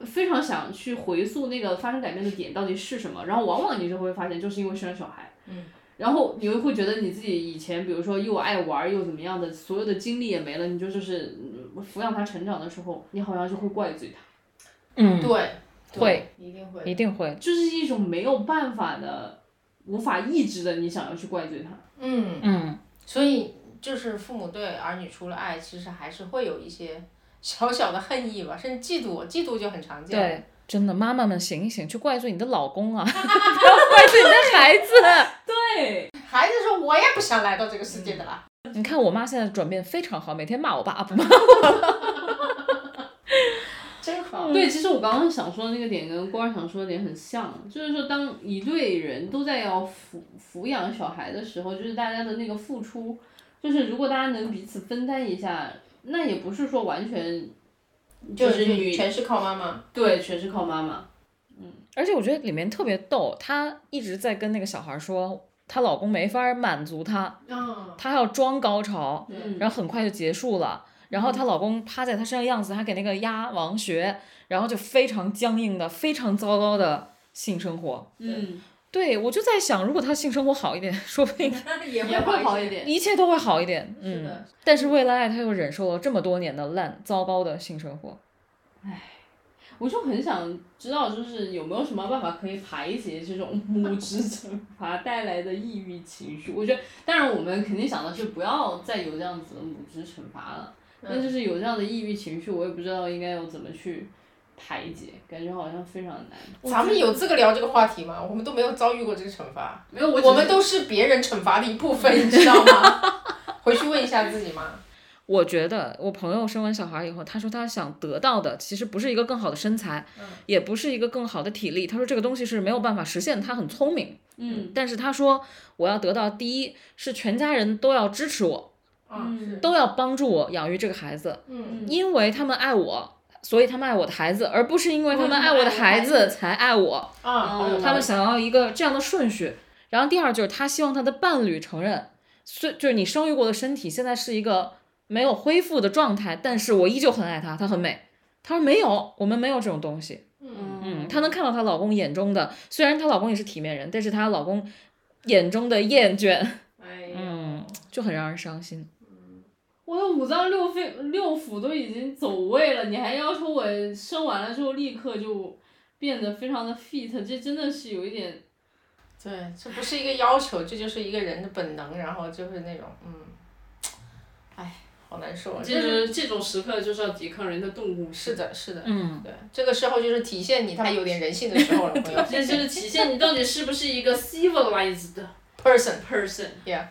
A: 非常想去回溯那个发生改变的点到底是什么，然后往往你就会发现，就是因为生了小孩，
B: 嗯，
A: 然后你又会觉得你自己以前，比如说又爱玩儿又怎么样的，所有的精力也没了，你就就是嗯抚养他成长的时候，你好像就会怪罪他，
C: 嗯，
B: 对，对
C: 会，
B: 一定会
C: 一定会。
A: 就是一种没有办法的、无法抑制的，你想要去怪罪他。
B: 嗯，
C: 嗯，
B: 所以就是父母对儿女除了爱，其实还是会有一些小小的恨意吧，甚至嫉妒，嫉妒就很常见。
C: 对，真的，妈妈们醒一醒，去怪罪你的老公啊，不要怪罪你的孩子。
A: 对，
B: 孩子说我也不想来到这个世界的啦。
C: 你看我妈现在转变非常好，每天骂我爸不骂
B: 真好，
A: 对，其实我刚刚想说的那个点跟郭二想说的点很像，就是说当一对人都在要抚抚养小孩的时候，就是大家的那个付出，就是如果大家能彼此分担一下，那也不是说完全就是女
B: 全是靠妈妈。
A: 对全是靠妈妈。
C: 而且我觉得里面特别逗，她一直在跟那个小孩说，她老公没法满足她，
D: 嗯，
C: 她还要装高潮，
A: 嗯，
C: 然后很快就结束了。然后她
B: 嗯
C: 老公趴在她身上样子，还给那个鸭王学，然后就非常僵硬的、非常糟糕的性生活。
A: 嗯，
C: 对我就在想，如果她性生活好一点，说 不定
B: 也
A: 也会好一。
D: 嗯
A: 点。
C: 一切都会好一点。
B: 是
C: 嗯
B: 的，
C: 但是为了爱，她又忍受了这么多年的烂糟糕的性生活。
A: 我就很想知道，就是有没有什么办法可以排解这种母职惩罚带来的抑郁情绪？我觉得，当然我们肯定想的是不要再有这样子的母职惩罚了，但就是有这样的抑郁情绪，我也不知道应该要怎么去排解，感觉好像非常难。
B: 咱们有资格聊这个话题吗？我们都没有遭遇过这个惩罚，
A: 没有，我
B: 我们都是别人惩罚的一部分，你知道吗？ 回去问一下自己嘛。
C: 我觉得我朋友生完小孩以后，他说他想得到的其实不是一个
B: 嗯
C: 更好的身材，也不是一个更好的体力。他说这个东西是没有办法实现的。他很聪明，
A: 嗯
C: 但是他说我要得到第一是全家人都要支持我，
B: 啊
A: 嗯
D: 嗯
C: 都要帮助我养育这个孩子，
D: 嗯
C: 因为他们爱我。所以他们爱我的孩子，而不是因为他们爱我的孩子才爱我。
D: 啊
A: 嗯
C: 他们想要一个这样的顺序。然后第二就是他希望他的伴侣承认，虽就是你生育过的身体现在是一个没有恢复的状态，但是我依旧很爱他，他很美。他说没有，我们没有这种东西。
D: 嗯
C: 嗯，她能看到她老公眼中的，虽然她老公也是体面人，但是她老公眼中的厌倦，
A: 哎呀，
C: 嗯，就很让人伤心。
D: 我的五脏六肺六腑都已经走位了，你还要求我生完了之后立刻就变得非常的 fit，这真的是有一点
B: 对，这不是一个要求，这就是一个人的本能，然后就是那种，嗯，哎，好难受啊。
A: 这就是这种时刻就是要抵抗人的动物性，
B: 是的，是的，
C: 嗯，
B: 对，这个时候就是体现你他有点人性的时候了，朋友。
A: 这 就是体现你到底是不是一个 civilized
B: person，
A: person。
B: Yeah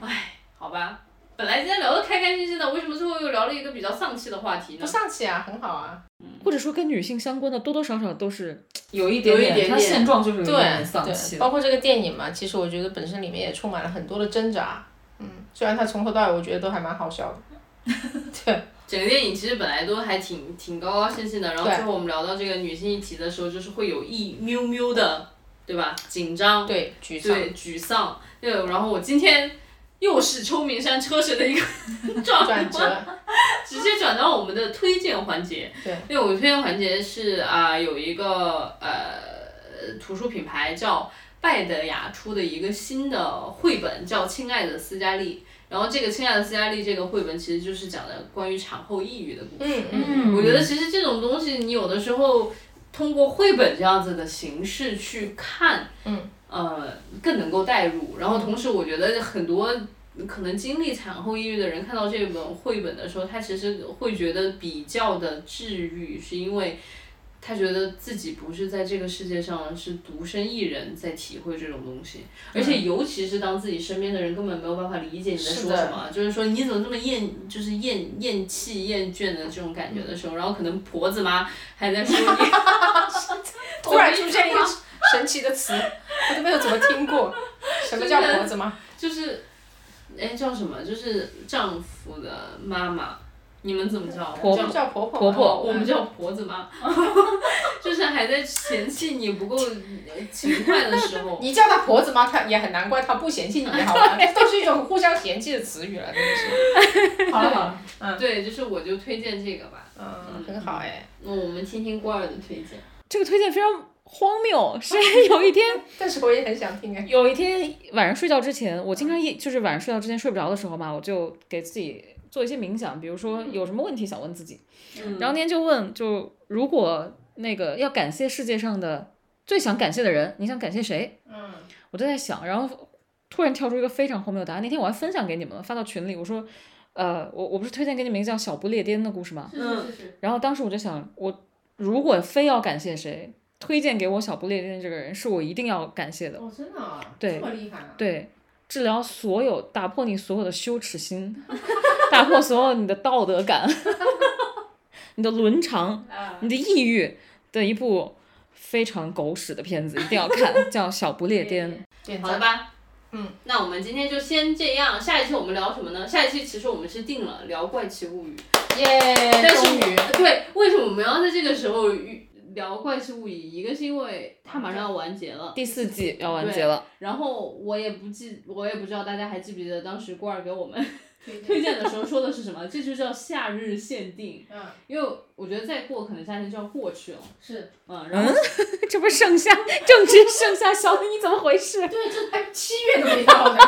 A: 哎，好吧，本来今天聊的开开心心的，为什么最后又聊了一个比较丧气的话题呢
B: 不？丧气啊，很好啊。
C: 或者说跟女性相关的多多少少都是有一
A: 点点
C: 她现状嗯就是有一
B: 对
C: 点哦点丧气
B: 对，包
C: 了。
B: 括这个电影嘛，其实我觉得本身里面也充满了很多的挣扎。嗯，虽然它从头到尾我觉得都还蛮好笑的。
A: 整个电影其实本来都还挺挺高高兴兴的，然后
B: 对
A: 最后我们聊到这个女性议题的时候，就是会有一喵喵的，对吧？紧张，
B: 对，沮丧。
A: 对，沮丧，对。然后我今天又是秋名山车神的一个 状
B: 转
A: 况，
B: 折，
A: 直接转到我们的推荐环节。
B: 对，
A: 因为我们推荐环节是啊、有一个呃图书品牌叫拜德雅出的一个新的绘本，叫《亲爱的斯嘉丽》。然后这个《亲爱的斯嘉丽》这个绘本其实就是讲的关于产后抑郁的故事。
B: 嗯嗯，
A: 我觉得其实这种东西，你有的时候通过绘本这样子的形式去看，
B: 嗯，
A: 呃，更能够代入。然后同时，我觉得很多可能经历产后抑郁的人看到这本绘本的时候，他其实会觉得比较的治愈，是因为。他觉得自己不是在这个世界上是独身一人在体会这种东西，
C: 嗯
A: 而且尤其是当自己身边的人根本没有办法理解你在
B: 是
A: 说
B: 的
A: 什么，就是说你怎么这么厌，就是厌厌弃、厌倦的这种感觉的
C: 嗯
A: 时候，然后可能婆子妈还在说 你，
B: 突然出现一个神奇的词， 我都没有怎么听过。什么叫脖子吗？
A: 就是，哎叫什么？就是丈夫的妈妈，你们怎么叫？
C: 婆
A: 叫
B: 叫婆嗯婆婆
C: 婆婆
A: 我们叫婆子妈， 就是还在嫌弃你不够勤快的时候，
B: 你叫她婆子吗？她也很难怪她不嫌弃你，好 吧？这都是一种互相嫌弃的词语了，真的是。 好了好了，
A: 对，就是我就推荐这个吧。
B: 嗯，很好哎。
A: 那我们听听郭二的推荐。
C: 这个推荐非常荒谬， 是有一天
B: 但是我也很想听哎。
C: 有一天晚上睡觉之前，我经常夜就是晚上睡觉之前睡不着的时候嘛，我就给自己做一些冥想，比如说有什么问题想问自己，然后那天就问，就如果那个要感谢世界上的最想感谢的人，你想感谢谁？
B: 嗯，
C: 我就在想，然后突然跳出一个非常荒谬的答案。那天我还分享给你们了，发到群里，我说，呃，我我不是推荐给你们一个叫《小不列颠》的故事吗？
A: 嗯
D: 是是
C: 然后当时我就想，我如果非要感谢谁，推荐给我《小不列颠》这个人，是我一定要感谢的。
B: 哦，真的啊，
C: 对
B: 么厉害啊！
C: 对，治疗所有，打破你所有的羞耻心， 打破所有你的道德感， 你的伦 常，
B: 啊
C: 你的抑郁的一部非常狗屎的片子，一定要看，叫《小不列 颠》。
B: 点
A: 好了
B: 赞。
A: 吧，
B: 嗯，
A: 那我们今天就先这样。下一期我们聊什么呢？下一期其实我们是定了聊《怪奇物语》，
B: 耶！
A: 但是
B: 终于，
A: 对，为什么我们要在这个时候遇聊《怪奇物语》？一个是因为它马上要完结了，
C: 第四季要完结了，
A: 然后我也不记，我也不知道大家还记不记得当时郭儿给我们 推荐的时候说的是什么？这就叫夏日限定，
B: 嗯，
A: 因为我觉得再过可能夏天就要过去了。
B: 是，
A: 嗯，然后
C: 这不是盛夏，正值盛夏，小 李你怎么回事？
B: 对，这还七月都没到呢。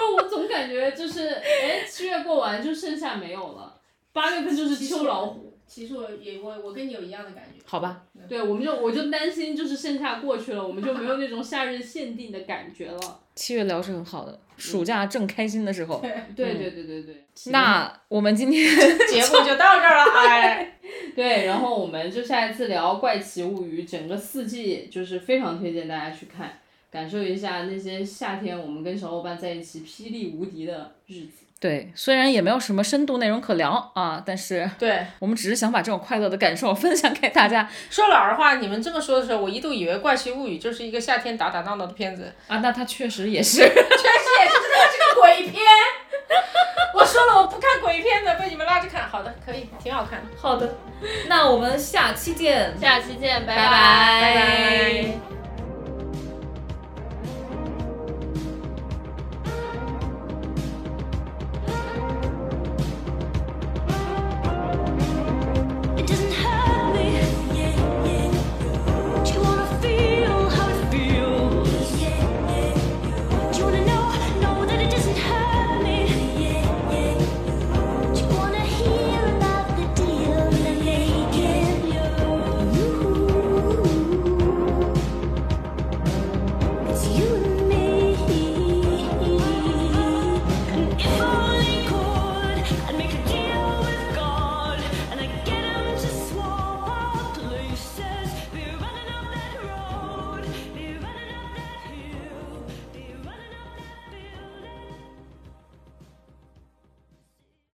A: 因为我总感觉就是，哎，七月过完就剩下没有了，八月份就是秋老虎。
E: 其实我也我我跟你有一样的感觉。
C: 好吧，
A: 对，我们就我就担心，就是盛夏过去了，我们就没有那种夏日限定的感觉了。
C: 七月聊是很好的，
B: 嗯
C: 暑假正开心的时候。
A: 对对对对对，
C: 那我们今天
B: 节目就到这儿了，哎，
A: 对，然后我们就下一次聊《怪奇物语》，整个四季就是非常推荐大家去看，感受一下那些夏天我们跟小伙伴在一起霹雳无敌的日子。
C: 对，虽然也没有什么深度内容可聊啊，但是
B: 对，
C: 我们只是想把这种快乐的感受分享给大家
B: 说老实话，你们这么说的时候，我一度以为《怪奇物语》就是一个夏天打打闹闹的片子，
C: 啊。那它确实也是，
B: 也是这是个鬼片。我说了我不看鬼片的，被你们拉着看。好的，可以，挺好看的。
F: 好的，那我们下期见。
A: 下期见，拜
B: 拜
A: 拜
B: 拜